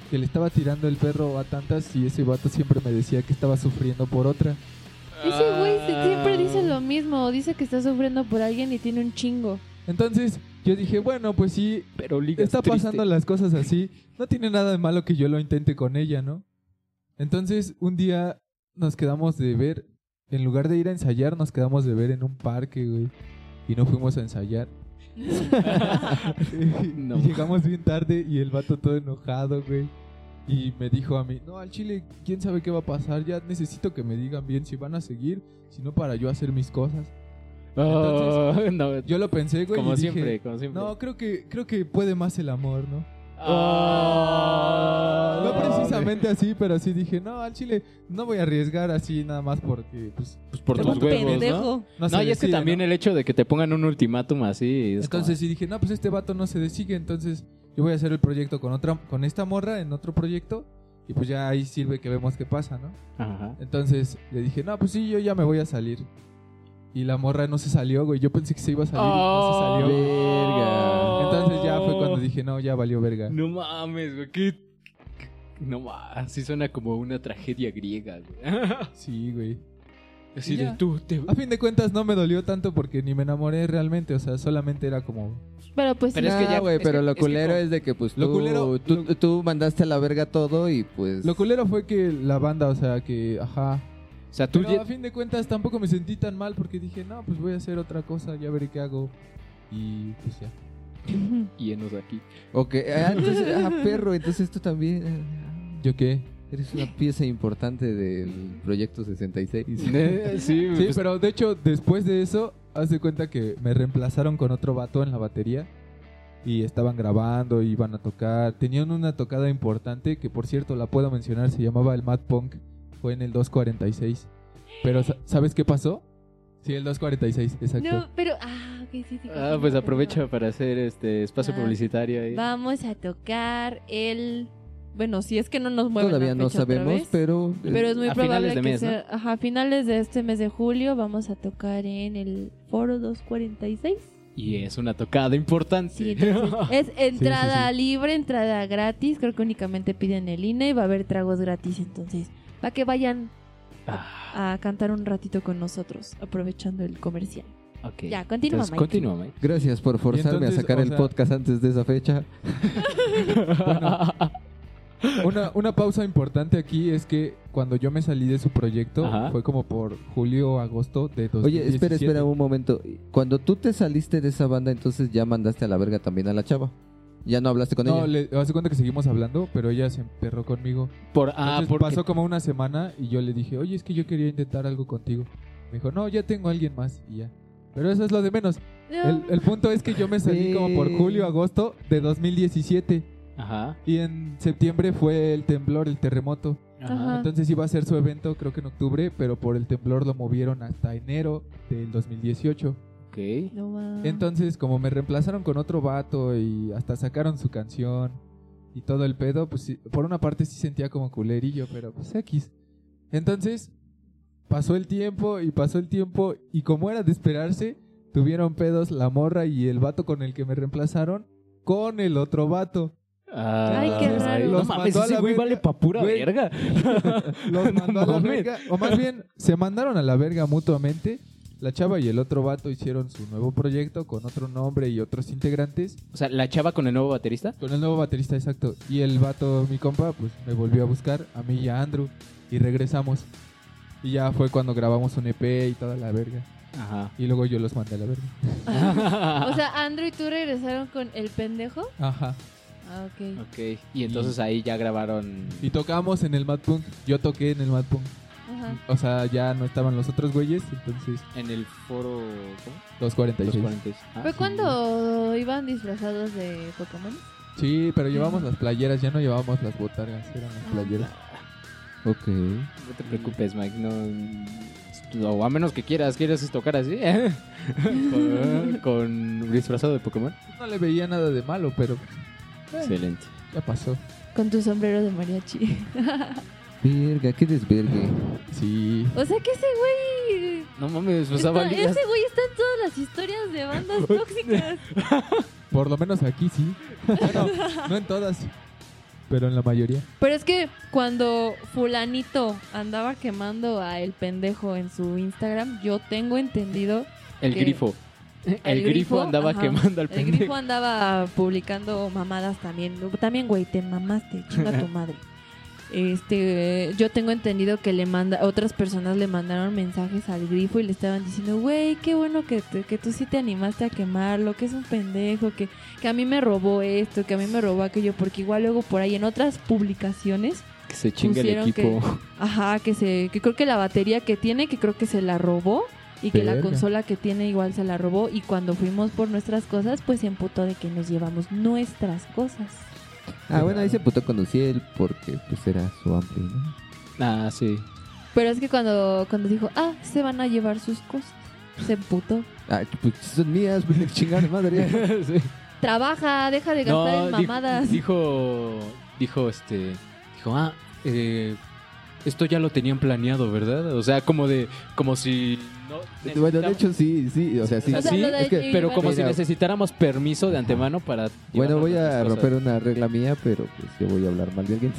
S5: que le estaba tirando el perro a tantas y ese vato siempre me decía que estaba sufriendo por otra.
S2: Ese güey se-
S4: Ah.
S2: siempre dice lo mismo. Dice que está sufriendo por alguien y tiene un chingo.
S5: Entonces yo dije, bueno, pues sí,
S4: Pero ligas
S5: está
S4: triste.
S5: pasando las cosas así, no tiene nada de malo que yo lo intente con ella, ¿no? Entonces un día nos quedamos de ver, en lugar de ir a ensayar, nos quedamos de ver en un parque, güey, y no fuimos a ensayar.
S4: No.
S5: Y llegamos bien tarde y el vato todo enojado, güey. Y me dijo a mí, no, al chile, quién sabe qué va a pasar, ya necesito que me digan bien si van a seguir, si no para yo hacer mis cosas.
S4: Oh, no,
S5: Yo lo pensé, güey,
S4: como
S5: y dije,
S4: siempre, como siempre.
S5: no, creo que, creo que puede más el amor, ¿no?
S4: Oh.
S5: No precisamente así, pero sí dije, no, al chile no voy a arriesgar así nada más porque, pues,
S4: Pues por
S5: Te
S4: tus
S5: mando
S4: huevos, ¿no?
S2: pendejo.
S5: no se
S4: No, y es que
S5: decide,
S4: también
S5: ¿no?
S4: el ¿eh? hecho de que te pongan un ultimátum así. es como-
S5: Entonces sí dije, no, pues este vato no se decide, entonces yo voy a hacer el proyecto con otra, con esta morra en otro proyecto y pues ya ahí sirve que vemos qué pasa, ¿no?
S4: Ajá.
S5: Entonces le dije, no, pues sí, yo ya me voy a salir. Y la morra no se salió, güey. Yo pensé que se iba a salir
S4: Oh,
S5: y no se salió.
S3: Verga.
S5: Entonces ya fue cuando dije, no, ya valió verga.
S4: No mames, güey. qué- qué- No mames, sí suena como una tragedia griega, güey.
S5: Sí, güey.
S4: Así
S5: Y
S4: de
S5: ya. Ah,
S4: tú, te...
S5: A fin de cuentas no me dolió tanto porque ni me enamoré realmente. O sea, solamente era como...
S2: Pero pues
S4: Pero es
S3: No,
S4: que ya-
S3: güey,
S4: es
S3: pero
S4: que-
S3: lo
S4: es que
S3: culero
S4: con-
S3: es, de que pues
S5: Lo
S3: tú,
S5: culero-
S3: tú, tú mandaste a la verga todo y pues...
S5: Lo culero fue que la banda, o sea, que... Ajá.
S4: O sea, tú
S5: Pero
S4: ya-
S5: a fin de cuentas tampoco me sentí tan mal porque dije, no, pues voy a hacer otra cosa, ya veré qué hago. Y pues ya.
S4: llenos aquí.
S3: Ok, ah, entonces, ah, perro, entonces tú también... ah,
S5: ¿Yo qué?
S3: Eres una pieza importante del Proyecto 66.
S4: Eh, sí, güey,
S5: Sí,
S4: pues,
S5: pero de hecho, después de eso, haz de cuenta que me reemplazaron con otro vato en la batería. Y estaban grabando, iban a tocar. Tenían una tocada importante que, por cierto, la puedo mencionar. Se llamaba el Mad Punk. Fue en el 246. Pero, sa- ¿sabes qué pasó? Sí, el 246, exacto.
S2: No, pero. Ah, ok, sí, sí.
S4: Ah, pues aprovecha para hacer este espacio
S2: Ah,
S4: publicitario ahí.
S2: Vamos a tocar el. Bueno, si es que no nos mueven la
S3: Todavía no
S2: fecha otra
S3: sabemos,
S2: vez,
S3: pero... eh,
S2: Pero es muy
S4: A
S2: probable
S4: finales de
S2: que
S4: mes, ¿no?
S2: sea. Ajá, a finales de este mes de julio vamos a tocar en el Foro 246.
S4: Y es una tocada importante.
S2: Sí, entonces,
S4: Ah,
S2: es entrada
S5: sí.
S2: libre, entrada gratis. Creo que únicamente piden el INE y va a haber tragos gratis. Entonces, para que vayan
S4: Ah,
S2: a cantar un ratito con nosotros, aprovechando el comercial.
S4: ok.
S2: Ya, continúa,
S4: Entonces,
S2: Mike.
S4: continúa, Mike.
S3: Gracias por forzarme
S5: entonces,
S3: a sacar
S5: o
S3: el
S5: sea-
S3: podcast antes de esa fecha.
S5: Una, una pausa importante aquí es que cuando yo me salí de su proyecto,
S4: Ajá.
S5: fue como por julio o agosto de 2017.
S3: Oye, espera, espera un momento. Cuando tú te saliste de esa banda, entonces ya mandaste a la verga también a la chava. Ya no hablaste con
S5: No,
S3: ella.
S5: le, hace cuenta que seguimos hablando, pero ella se emperró conmigo.
S4: Por, ah,
S5: Entonces,
S4: porque-
S5: pasó como una semana y yo le dije, oye, es que yo quería intentar algo contigo. Me dijo, no, ya tengo a alguien más y ya. Pero eso es lo de menos. El, el punto es que yo me salí como por julio, agosto de 2017.
S4: Ajá.
S5: Y en septiembre fue el temblor, el terremoto.
S2: Ajá.
S5: Entonces iba a ser su evento, creo que en octubre, pero por el temblor lo movieron hasta enero del 2018.
S4: Ok.
S2: No mames.
S5: Entonces, como me reemplazaron con otro vato y hasta sacaron su canción y todo el pedo, pues sí, por una parte sí sentía como culerillo, pero pues X. Entonces, pasó el tiempo y pasó el tiempo y como era de esperarse, tuvieron pedos la morra y el vato con el que me reemplazaron con el otro vato.
S4: Ah,
S2: Ay, qué raro.
S4: No
S5: Los
S4: mames,
S5: mandó a
S4: ese
S5: la
S4: güey
S5: verga.
S4: vale pa' pura
S5: Güey.
S4: verga.
S5: Los
S4: No
S5: mandó a la
S4: mames.
S5: verga, o más bien, se mandaron a la verga mutuamente. La chava y el otro vato hicieron su nuevo proyecto con otro nombre y otros integrantes.
S4: O sea, la chava con el nuevo baterista.
S5: Con el nuevo baterista, exacto. Y el vato, mi compa, pues me volvió a buscar, a mí y a Andrew. Y regresamos. Y ya fue cuando grabamos un EP y toda la verga.
S4: Ajá.
S5: Y luego yo los mandé a la verga.
S2: Ah. O sea, Andrew y tú regresaron con el pendejo.
S5: Ajá.
S2: Ah, ok.
S4: ok. Y entonces ahí ya grabaron.
S5: Y tocamos en el Mad Punk. Yo toqué en el Mad Punk.
S2: Ajá.
S5: O sea, ya no estaban los otros güeyes, entonces
S4: En el foro. ¿Cómo?
S5: los 46.
S4: Los 40. Ah,
S2: ¿Fue
S4: sí.
S2: cuando iban disfrazados de Pokémon?
S5: Sí, pero llevamos las playeras, ya no llevábamos las botargas, eran las playeras.
S3: Ok.
S4: No te preocupes, Mike. No. O a menos que quieras, quieras tocar así. con, Ah. con disfrazado de Pokémon.
S5: No le veía nada de malo, pero eh,
S4: Excelente.
S5: ya pasó.
S2: Con tu sombrero de mariachi.
S3: Verga, qué desvergue.
S5: Sí.
S2: O sea que ese güey.
S4: No mames, pues
S2: está-
S4: valía-
S2: ese güey está en todas las historias de bandas tóxicas.
S5: Por lo menos aquí sí. Bueno, no en todas, pero en la mayoría.
S2: Pero es que cuando Fulanito andaba quemando a el pendejo en su Instagram, yo tengo entendido.
S4: El
S2: que-
S4: grifo. El, grifo, andaba
S2: ajá,
S4: quemando
S2: El
S4: al pendejo.
S2: grifo andaba publicando mamadas también. También, güey, te mamaste, chinga tu madre. Este, yo tengo entendido que le manda, otras personas le mandaron mensajes al grifo y le estaban diciendo, güey, qué bueno que, te- que tú sí te animaste a quemarlo, que es un pendejo, que, que a mí me robó esto, que a mí me robó aquello, porque igual luego por ahí en otras publicaciones,
S4: Que se chingue el
S2: Pusieron
S4: equipo.
S2: ajá, que se, que creo que la batería que tiene, que creo que se la robó, y que la
S5: Verga.
S2: consola que tiene igual se la robó, y cuando fuimos por nuestras cosas, pues se emputó de que nos llevamos nuestras cosas.
S3: Ah, bueno, ahí se putó con Uciel porque pues era su ampli, ¿no?
S4: Ah, sí.
S2: Pero es que cuando, cuando dijo, ah, se van a llevar sus cosas, se emputó.
S3: Ah, pues son mías, pues chingada madre.
S4: Sí.
S2: Trabaja, deja de gastar en
S4: dijo-
S2: mamadas.
S4: Dijo, dijo, este, dijo, ah, eh, esto ya lo tenían planeado, ¿verdad? O sea, como de, como si no.
S3: Bueno, de
S4: necesitamos-
S3: hecho sí, sí, o sea, sí.
S2: O sea,
S4: sí,
S2: lo de
S3: es que-
S2: J
S4: pero
S2: Balvin.
S4: como si
S3: Mira.
S4: necesitáramos permiso de antemano para.
S3: Bueno,
S4: llevarnos
S3: voy a
S4: nuestras cosas.
S3: romper una regla mía, pero pues yo voy a hablar mal de alguien.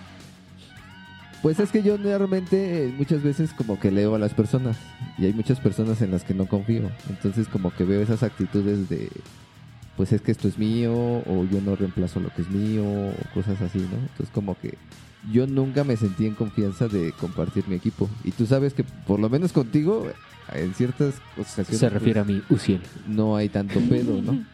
S3: Pues es que yo realmente eh, muchas veces como que leo a las personas y hay muchas personas en las que no confío. Entonces como que veo esas actitudes de pues es que esto es mío o yo no reemplazo lo que es mío o cosas así, ¿no? Entonces como que yo nunca me sentí en confianza de compartir mi equipo. Y tú sabes que por lo menos contigo en ciertas ocasiones
S4: Se refiere a mí, Uciel.
S3: pues, no hay tanto pedo, ¿no?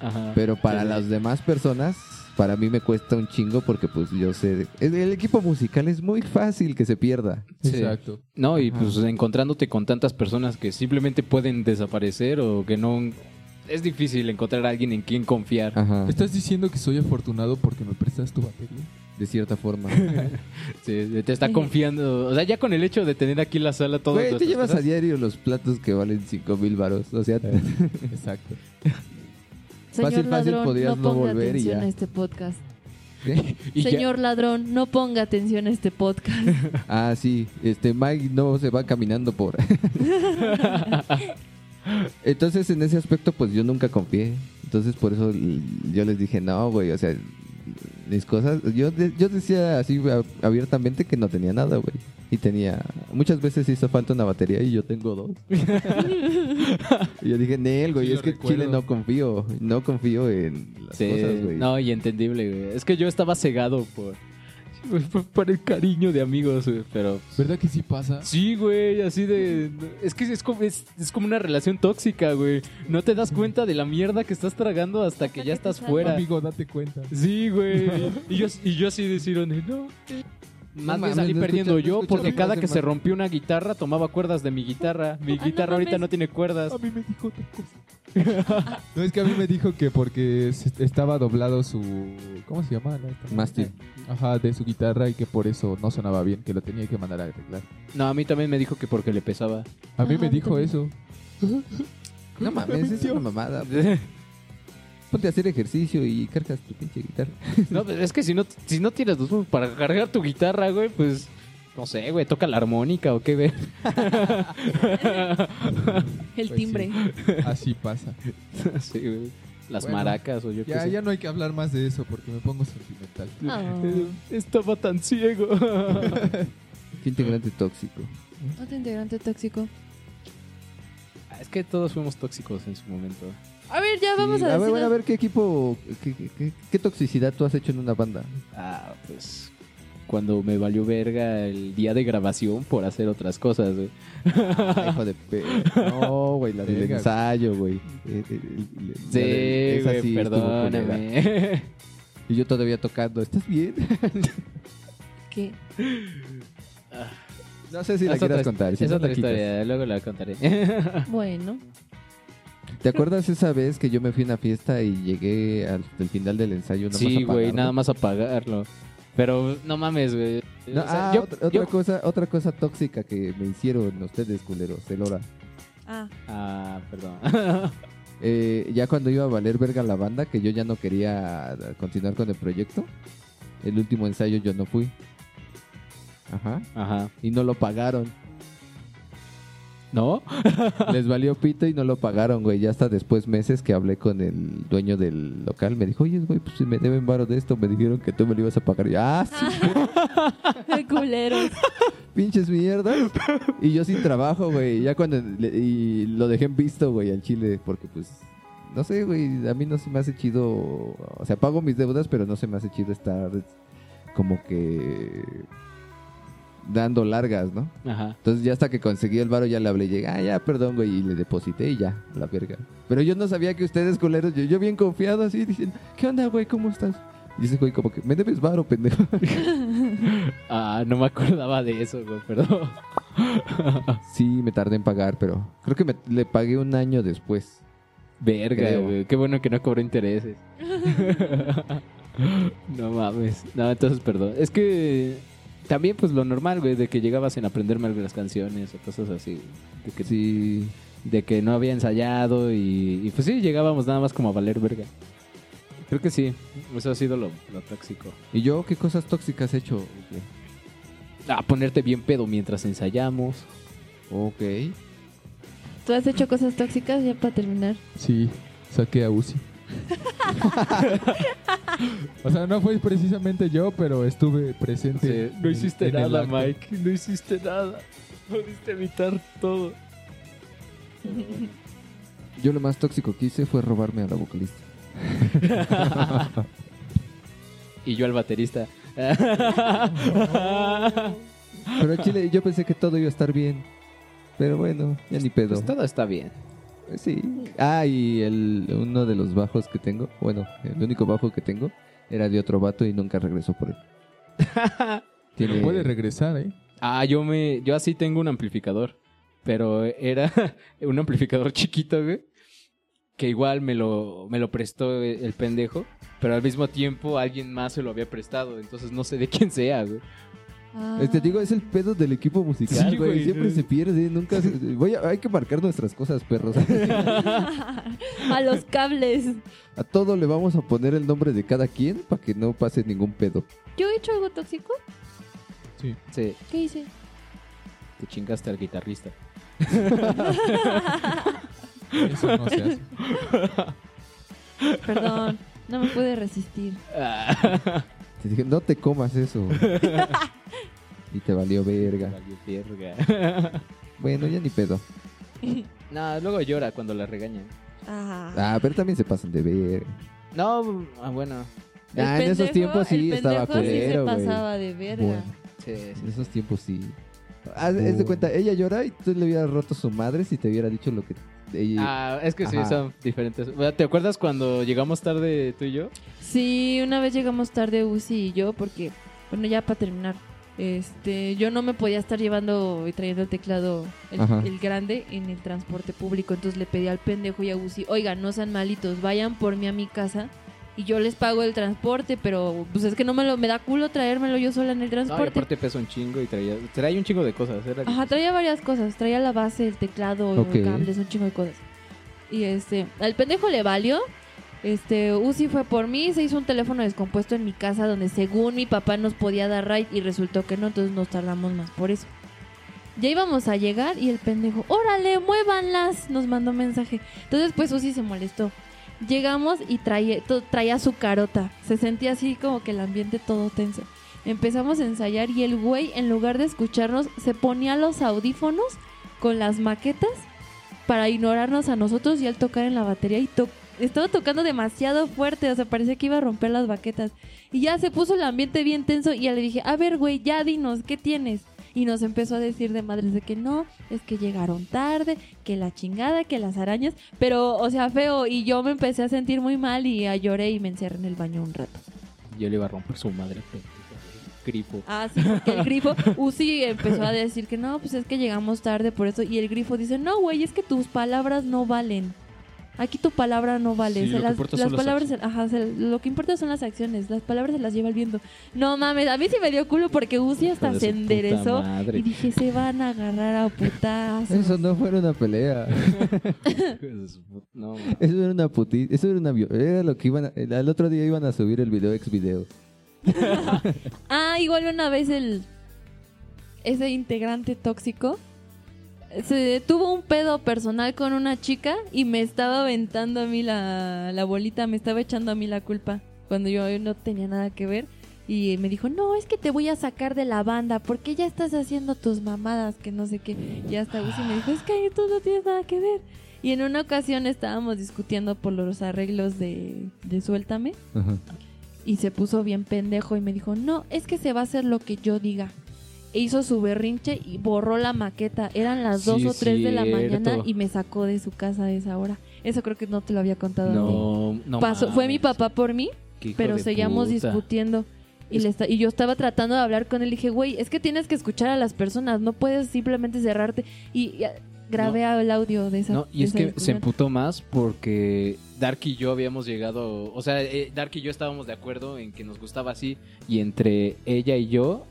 S4: Ajá. Eh,
S3: Pero para
S4: Sí.
S3: las demás personas, para mí me cuesta un chingo porque pues yo sé, el, el equipo musical es muy fácil que se pierda.
S4: Sí.
S5: Exacto.
S4: No, y pues encontrándote con tantas personas que simplemente pueden desaparecer o que no. Es difícil encontrar a alguien en quien confiar.
S3: Ajá.
S5: ¿Estás diciendo que soy afortunado porque me prestas tu batería?
S3: De cierta forma.
S4: Sí, te está confiando. O sea, ya con el hecho de tener aquí la sala todo.
S3: Güey, te llevas a diario los platos que valen 5 mil varos. O sea,
S5: Eh. Exacto.
S2: Señor
S3: Fácil, fácil,
S2: ladrón, no
S3: podrías no
S2: ponga
S3: volver y
S2: atención
S3: ya.
S2: a este podcast.
S3: ¿eh?
S4: Y ya-
S2: Señor ladrón, no ponga atención a este podcast.
S3: ah, sí, este Mike no se va caminando por... Entonces, en ese aspecto, pues yo nunca confié. Entonces, por eso l- yo les dije, no, güey, o sea, mis cosas. Yo, de- yo decía así a- abiertamente que no tenía nada, güey. Y tenía. Muchas veces hizo falta una batería y yo tengo dos. y yo dije, Nel, güey,
S5: Sí,
S3: es
S5: lo
S3: que
S5: recuerdo.
S3: Chile no confío. No confío en las
S4: Sí,
S3: cosas, güey.
S4: no, y entendible, güey. Es que yo estaba cegado por, por, por el cariño de amigos, güey, pero...
S5: ¿Verdad que sí pasa?
S4: Sí, güey, así de... Es que es como, es, es como una relación tóxica, güey. No te das cuenta de la mierda que estás tragando hasta que ya estás fuera.
S5: Amigo, date cuenta.
S4: Sí, güey. Y yo, y yo así decidieron, no. Más
S3: mames,
S4: bien salí
S3: no
S4: perdiendo
S3: escuchas- no
S4: yo
S3: escuchas
S4: porque
S3: las
S4: cada
S3: cosas,
S4: que se
S3: hermano.
S4: rompió una guitarra tomaba cuerdas de mi guitarra. Mi
S2: Ah, no
S4: guitarra ahorita
S2: mames.
S4: no tiene cuerdas.
S5: A mí me dijo otra cosa. no, es que a mí me dijo que porque es- estaba doblado su... ¿Cómo se llama? La-
S3: Mástil.
S5: Ajá, de su guitarra y que por eso no sonaba bien, que lo tenía que mandar a arreglar.
S4: No, a mí también me dijo que porque le pesaba.
S5: A mí
S2: Ajá,
S5: me
S2: a mí
S5: dijo
S2: también.
S5: eso.
S3: No mames, es una mamada. pues. Ponte a hacer ejercicio y cargas tu pinche guitarra.
S4: No, pues es que si no, si no tienes dos manos para cargar tu guitarra, güey, pues. No sé, güey, toca la armónica o qué, güey.
S2: El
S5: Pues
S2: timbre.
S5: Así pasa.
S4: Sí, güey. Las
S5: Bueno,
S4: maracas o yo qué
S5: Ya,
S4: sé.
S5: ya no hay que hablar más de eso porque me pongo sentimental.
S2: Oh,
S4: Eh, Estaba tan ciego.
S3: Qué integrante tóxico.
S2: otro integrante tóxico.
S4: es que todos fuimos tóxicos en su momento.
S2: A ver, ya Ah, vamos
S3: Sí,
S2: a,
S3: ver,
S2: decir
S3: bueno, a ver qué equipo, qué, qué- qué- qué toxicidad tú has hecho en una banda.
S4: Ah, pues. Cuando me valió verga el día de grabación por hacer otras cosas, güey.
S3: Ah, hijo de pe... No, güey, la del
S5: Verga.
S3: ensayo, güey. Eh, eh, eh, la del-
S4: Sí,
S3: esa
S4: güey,
S3: sí estuvo culera.
S4: perdóname.
S3: Y yo todavía tocando, ¿estás bien?
S2: que
S3: No sé si la
S4: Es otra
S3: quieras
S4: hist-
S3: contar. si
S4: es
S3: no
S4: otra
S3: la quitas.
S4: historia, luego la contaré.
S3: Ah.
S2: bueno.
S3: ¿Te acuerdas esa vez que yo me fui a una fiesta y llegué al del final del ensayo? nada más
S4: sí, güey,
S3: apagado?
S4: nada más apagarlo. Pero no mames, güey.
S3: No,
S4: O sea,
S3: ah,
S4: yo-
S3: otra, otra
S4: yo-
S3: cosa, otra cosa tóxica que me hicieron ustedes, culeros, el hora.
S2: Ah,
S4: Ah, perdón.
S3: Eh, ya cuando iba a valer verga la banda, que yo ya no quería continuar con el proyecto, el último ensayo yo no fui. Ajá.
S4: Ajá.
S3: Y no lo pagaron.
S4: ¿No?
S3: Les valió pito y no lo pagaron, güey. Ya hasta después meses que hablé con el dueño del local, me dijo, oye, güey, pues si me deben varo de esto, me dijeron que tú me lo ibas a pagar. Y yo, ah, sí,
S2: culeros.
S3: pinches mierdas. Y yo sin trabajo, güey. Ya cuando... le- y lo dejé en visto, güey, al chile, porque pues... No sé, güey, a mí no se me hace chido... O sea, pago mis deudas, pero no se me hace chido estar como que dando largas, ¿no?
S4: Ajá.
S3: Entonces ya hasta que conseguí el varo ya le hablé, llegué, ah, ya, perdón, güey, y le deposité y ya, a la verga. Pero yo no sabía que ustedes, culeros, yo, yo bien confiado así, diciendo, ¿qué onda, güey? ¿Cómo estás? Y ese güey como que, me debes varo, pendejo.
S4: Ah, no me acordaba de eso, güey, perdón.
S3: sí, me tardé en pagar, pero creo que me, le pagué un año después.
S4: Verga,
S3: Creo.
S4: güey. Qué bueno que no cobró intereses. no mames. No, entonces, perdón. Es que también, pues lo normal, güey, de que llegabas sin aprenderme las canciones o cosas así. güey. De que,
S3: Sí,
S4: de que no había ensayado y, y, pues sí, llegábamos nada más como a valer verga. Creo que sí. Eso ha sido lo, lo tóxico.
S3: ¿y yo qué cosas tóxicas he hecho? Ok.
S4: A ponerte bien pedo mientras ensayamos.
S3: Ok.
S2: ¿Tú has hecho cosas tóxicas ya para terminar?
S5: Sí, saqué a Uzi. o sea, no fue precisamente yo, pero estuve presente.
S4: no hiciste
S5: en el
S4: nada,
S5: acto.
S4: Mike. No hiciste nada. Pudiste evitar todo.
S3: Yo lo más tóxico que hice fue robarme a la vocalista.
S4: y yo al baterista.
S3: Pero en Chile yo pensé que todo iba a estar bien. Pero bueno, ya ni pedo.
S4: Pues todo está bien.
S3: Pues Sí. Ah, y el, uno de los bajos que tengo, bueno, el único bajo que tengo era de otro vato y nunca regresó por él. Tiene-
S5: Pero puede regresar, ¿eh?
S4: Ah, yo me, yo así tengo un amplificador, pero era un amplificador chiquito, güey, que igual me lo, me lo prestó el pendejo, pero al mismo tiempo alguien más se lo había prestado, entonces no sé de quién sea, güey.
S3: Eh, Te digo, es el pedo del equipo musical,
S4: Sí,
S3: güey.
S4: güey.
S3: Siempre se pierde, nunca se- Voy a- Hay que marcar nuestras cosas, perros.
S2: Ah. a los cables.
S3: A todo le vamos a poner el nombre de cada quien para que no pase ningún pedo.
S2: ¿Yo he hecho algo tóxico?
S5: Sí.
S4: Sí,
S2: ¿Qué hice?
S4: te chingaste al guitarrista.
S5: Eso no se hace.
S2: Perdón, no me pude resistir.
S4: Ah,
S3: Te dije, no te comas eso. y te valió verga.
S4: valió verga.
S3: Bueno, ya ni pedo.
S4: No, luego llora cuando la regañan.
S2: Ah.
S3: Ah, pero también se pasan de ver.
S4: No, ah, bueno,
S2: El
S3: Ah, en esos
S2: pendejo-
S3: tiempos sí
S2: el
S3: estaba
S2: pendejo
S3: culero,
S2: sí se
S3: güey.
S2: pasaba de verga.
S3: Bueno.
S4: sí, sí.
S3: En esos tiempos sí. Ah, Haz haz de cuenta, ella llora y tú le hubieras roto su madre si te hubiera dicho lo que ella.
S4: Ah, es que sí,
S3: Ajá.
S4: son diferentes. Bueno, ¿Te acuerdas cuando llegamos tarde tú y yo?
S2: Sí, una vez llegamos tarde Uzi y yo porque, bueno, ya para terminar, este, yo no me podía estar llevando y trayendo el teclado el,
S3: Ajá.
S2: el grande en el transporte público, entonces le pedí al pendejo y a Uzi, oigan, no sean malitos, vayan por mí a mi casa y yo les pago el transporte, pero pues es que no me lo, me da culo traérmelo yo sola en el
S4: No, y
S2: transporte.
S4: aparte pesa un chingo y traía, traía un chingo de cosas. Era
S2: Ajá, traía varias cosas. Traía la base, el teclado,
S3: Ok.
S2: cables, un chingo de cosas. Y este, al pendejo le valió. Este, Uzi fue por mí, se hizo un teléfono descompuesto en mi casa donde según mi papá nos podía dar ride y resultó que no, entonces nos tardamos más por eso. Ya íbamos a llegar y el pendejo, órale, muévanlas, nos mandó mensaje. Entonces pues Uzi se molestó. Llegamos y traía, to- traía su carota. Se sentía así como que el ambiente todo tenso. Empezamos a ensayar y el güey, en lugar de escucharnos, se ponía los audífonos con las maquetas para ignorarnos a nosotros y al tocar en la batería. Y to- estaba tocando demasiado fuerte, o sea, parecía que iba a romper las baquetas. Y ya se puso el ambiente bien tenso y ya le dije, a ver, güey, ya dinos, ¿qué tienes? Y nos empezó a decir de madres de que no, es que llegaron tarde, que la chingada, que las arañas. Pero, o sea, feo. Y yo me empecé a sentir muy mal y ah, lloré y me encerré en el baño un rato.
S4: Yo le iba a romper su madre. pendejo. Gripo.
S2: Ah, sí, porque el grifo, Uzi empezó a decir que no, pues es que llegamos tarde por eso. Y el grifo dice, no, güey, es que tus palabras no valen. Aquí tu palabra no vale.
S4: Sí,
S2: Se
S4: lo que
S2: las,
S4: importa
S2: las
S4: son las
S2: palabras, ajá, se- lo que importa son las acciones. Las palabras se las lleva el viento. No mames, a mí sí me dio culo porque Uzi
S4: Hijo
S2: hasta
S4: de
S2: se
S4: su puta
S2: enderezó.
S4: madre.
S2: Y dije, se van a agarrar a putazos.
S3: Eso no fue una pelea.
S4: Hijo de su put- No, mames.
S3: Eso era una puti, Eso era una. vio- Era lo que iban. a- el- Al otro día iban a subir el video ex video.
S2: Ah, igual una vez el ese integrante tóxico se tuvo un pedo personal con una chica y me estaba aventando a mí la, la bolita, me estaba echando a mí la culpa cuando yo no tenía nada que ver. Y me dijo, no, es que te voy a sacar de la banda porque ya estás haciendo tus mamadas, que no sé qué. Y hasta Uzi me dijo, es que tú no tienes nada que ver. Y en una ocasión estábamos discutiendo por los arreglos de, de Suéltame. y se puso bien pendejo y me dijo, no, es que se va a hacer lo que yo diga. E hizo su berrinche y borró la maqueta. Eran las
S4: Sí,
S2: dos o tres de la
S4: cierto.
S2: mañana y me sacó de su casa a esa hora. Eso creo que no te lo había contado a ti.
S4: No, no.
S2: Pasó- fue
S4: mames.
S2: mi papá por mí,
S4: Qué hijo
S2: pero
S4: de
S2: seguíamos
S4: puta.
S2: discutiendo. Y, le esta- y yo estaba tratando de hablar con él. Y dije, güey, es que tienes que escuchar a las personas. No puedes simplemente cerrarte. Y, y, ah, grabé el audio de esa.
S4: No, y
S2: de
S4: es
S2: esa
S4: que se
S2: discusión.
S4: emputó más porque Dark y yo habíamos llegado, o sea, eh, Dark y yo estábamos de acuerdo en que nos gustaba así y entre ella y yo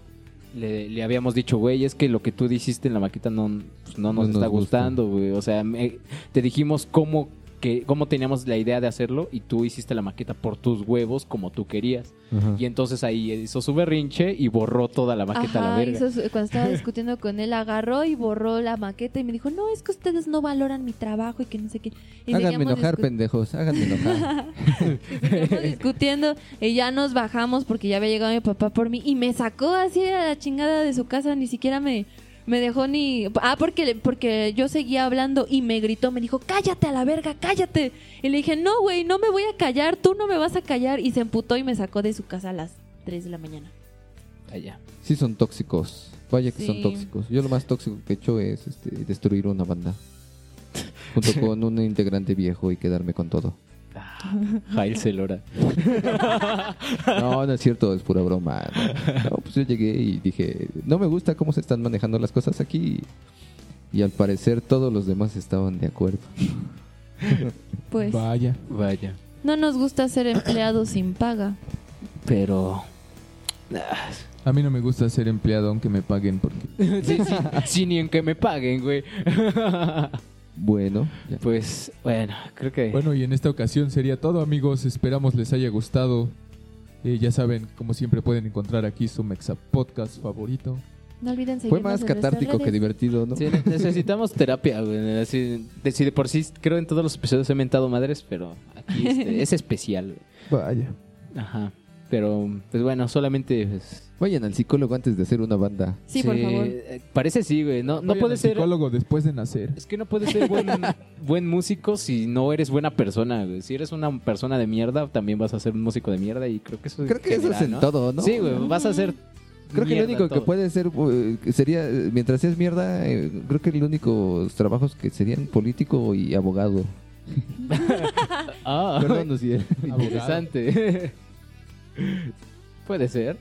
S4: le, le habíamos dicho, güey, es que lo que tú dijiste en la maqueta no, pues, no
S3: No
S4: nos,
S3: nos
S4: está
S3: gusta.
S4: gustando, güey, o sea, me- te dijimos cómo, que, cómo teníamos la idea de hacerlo y tú hiciste la maqueta por tus huevos como tú querías.
S3: Ajá.
S4: Y entonces ahí hizo su berrinche y borró toda la maqueta a la
S2: Ajá,
S4: verga.
S2: hizo su- cuando estaba discutiendo con él, agarró y borró la maqueta y me dijo, no, es que ustedes no valoran mi trabajo y que no sé qué. Y
S3: Háganme
S2: seguíamos
S3: enojar,
S2: discu-
S3: pendejos. Háganme enojar.
S2: y seguíamos discutiendo y ya nos bajamos porque ya había llegado mi papá por mí y me sacó así a la chingada de su casa, ni siquiera me, me dejó ni... Ah, porque, porque yo seguía hablando y me gritó, me dijo, cállate a la verga, cállate. Y le dije, no, güey, no me voy a callar, tú no me vas a callar. Y se emputó y me sacó de su casa a las 3 de la mañana.
S4: Allá.
S3: Sí son tóxicos. Vaya que son
S2: Sí.
S3: tóxicos. Yo lo más tóxico que he hecho es este, destruir una banda. Junto con un integrante viejo y quedarme con todo.
S4: Jail Celora.
S3: No, no es cierto, es pura broma. No, No, pues yo llegué y dije, no me gusta cómo se están manejando las cosas aquí. Y al parecer todos los demás estaban de acuerdo.
S2: Pues
S5: Vaya.
S4: Vaya.
S2: no nos gusta ser empleados sin paga.
S4: Pero
S5: A mí no me gusta ser empleado aunque me paguen porque...
S4: sí, sí, sí, ni en que me paguen, güey.
S3: Bueno, ya.
S4: pues, bueno, creo que.
S5: Bueno, y en esta ocasión sería todo, amigos. Esperamos les haya gustado. Eh, ya saben, como siempre pueden encontrar aquí su Mexa Podcast favorito.
S2: No olviden
S3: fue
S2: seguirnos
S3: más
S2: en nuestras
S3: catártico que
S2: redes.
S3: divertido, ¿no?
S4: Sí, ne- necesitamos terapia, güey. Así, de, si de por sí, creo en todos los episodios he mentado madres, pero aquí este, es especial.
S6: Vaya.
S4: güey. Ajá. Pero, pues bueno, solamente. pues,
S3: Vayan al psicólogo antes de ser una banda.
S2: Sí, por favor.
S4: eh, Parece sí, güey. No, no
S5: Vayan
S4: puede
S5: al
S4: ser.
S5: Psicólogo después de nacer.
S4: Es que no puedes ser buen, buen músico si no eres buena persona, güey. Si eres una persona de mierda, también vas a ser un músico de mierda y creo que eso
S3: Creo que eso
S4: general,
S3: es en
S4: ¿no?
S3: todo, ¿no?
S4: Sí, güey, vas a ser
S3: Creo que lo
S4: mierda
S3: único que
S4: todo.
S3: puede ser eh, que sería, eh, mientras seas mierda, eh, creo que los únicos trabajos que serían político y abogado.
S4: Ah,
S3: Perdón, Luciel.
S4: interesante. puede ser,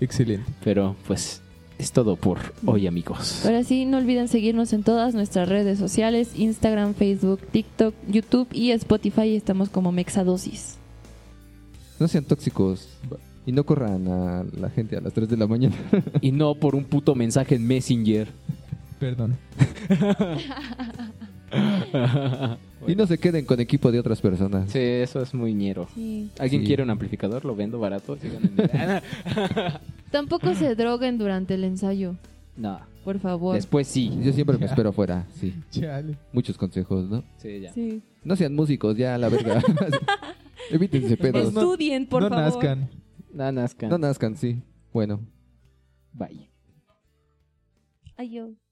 S5: Excelente.
S4: pero pues es todo por hoy, amigos.
S2: Ahora sí, no olviden seguirnos en todas nuestras redes sociales, Instagram, Facebook, TikTok, YouTube y Spotify. Estamos como Mexadosis.
S3: No sean tóxicos y no corran a la gente a las 3 de la mañana.
S4: Y no por un puto mensaje en Messenger.
S5: Perdón.
S3: Y no se queden con equipo de otras personas.
S4: Sí, eso es muy ñero. ¿Alguien
S3: Sí.
S4: quiere un amplificador? Lo vendo barato. Síganme.
S2: Tampoco se droguen durante el ensayo,
S4: no,
S2: por favor.
S4: después sí.
S3: Yo siempre me espero afuera, sí.
S5: Chale.
S3: Muchos consejos, ¿no?
S4: Sí, ya.
S2: Sí.
S3: No sean músicos, ya, a la verga. Evítense pedos.
S5: no-
S2: Estudien, por
S5: no
S2: favor.
S5: nazcan.
S4: No nazcan.
S3: No nazcan, sí. Bueno.
S4: Bye.
S2: Ay, yo.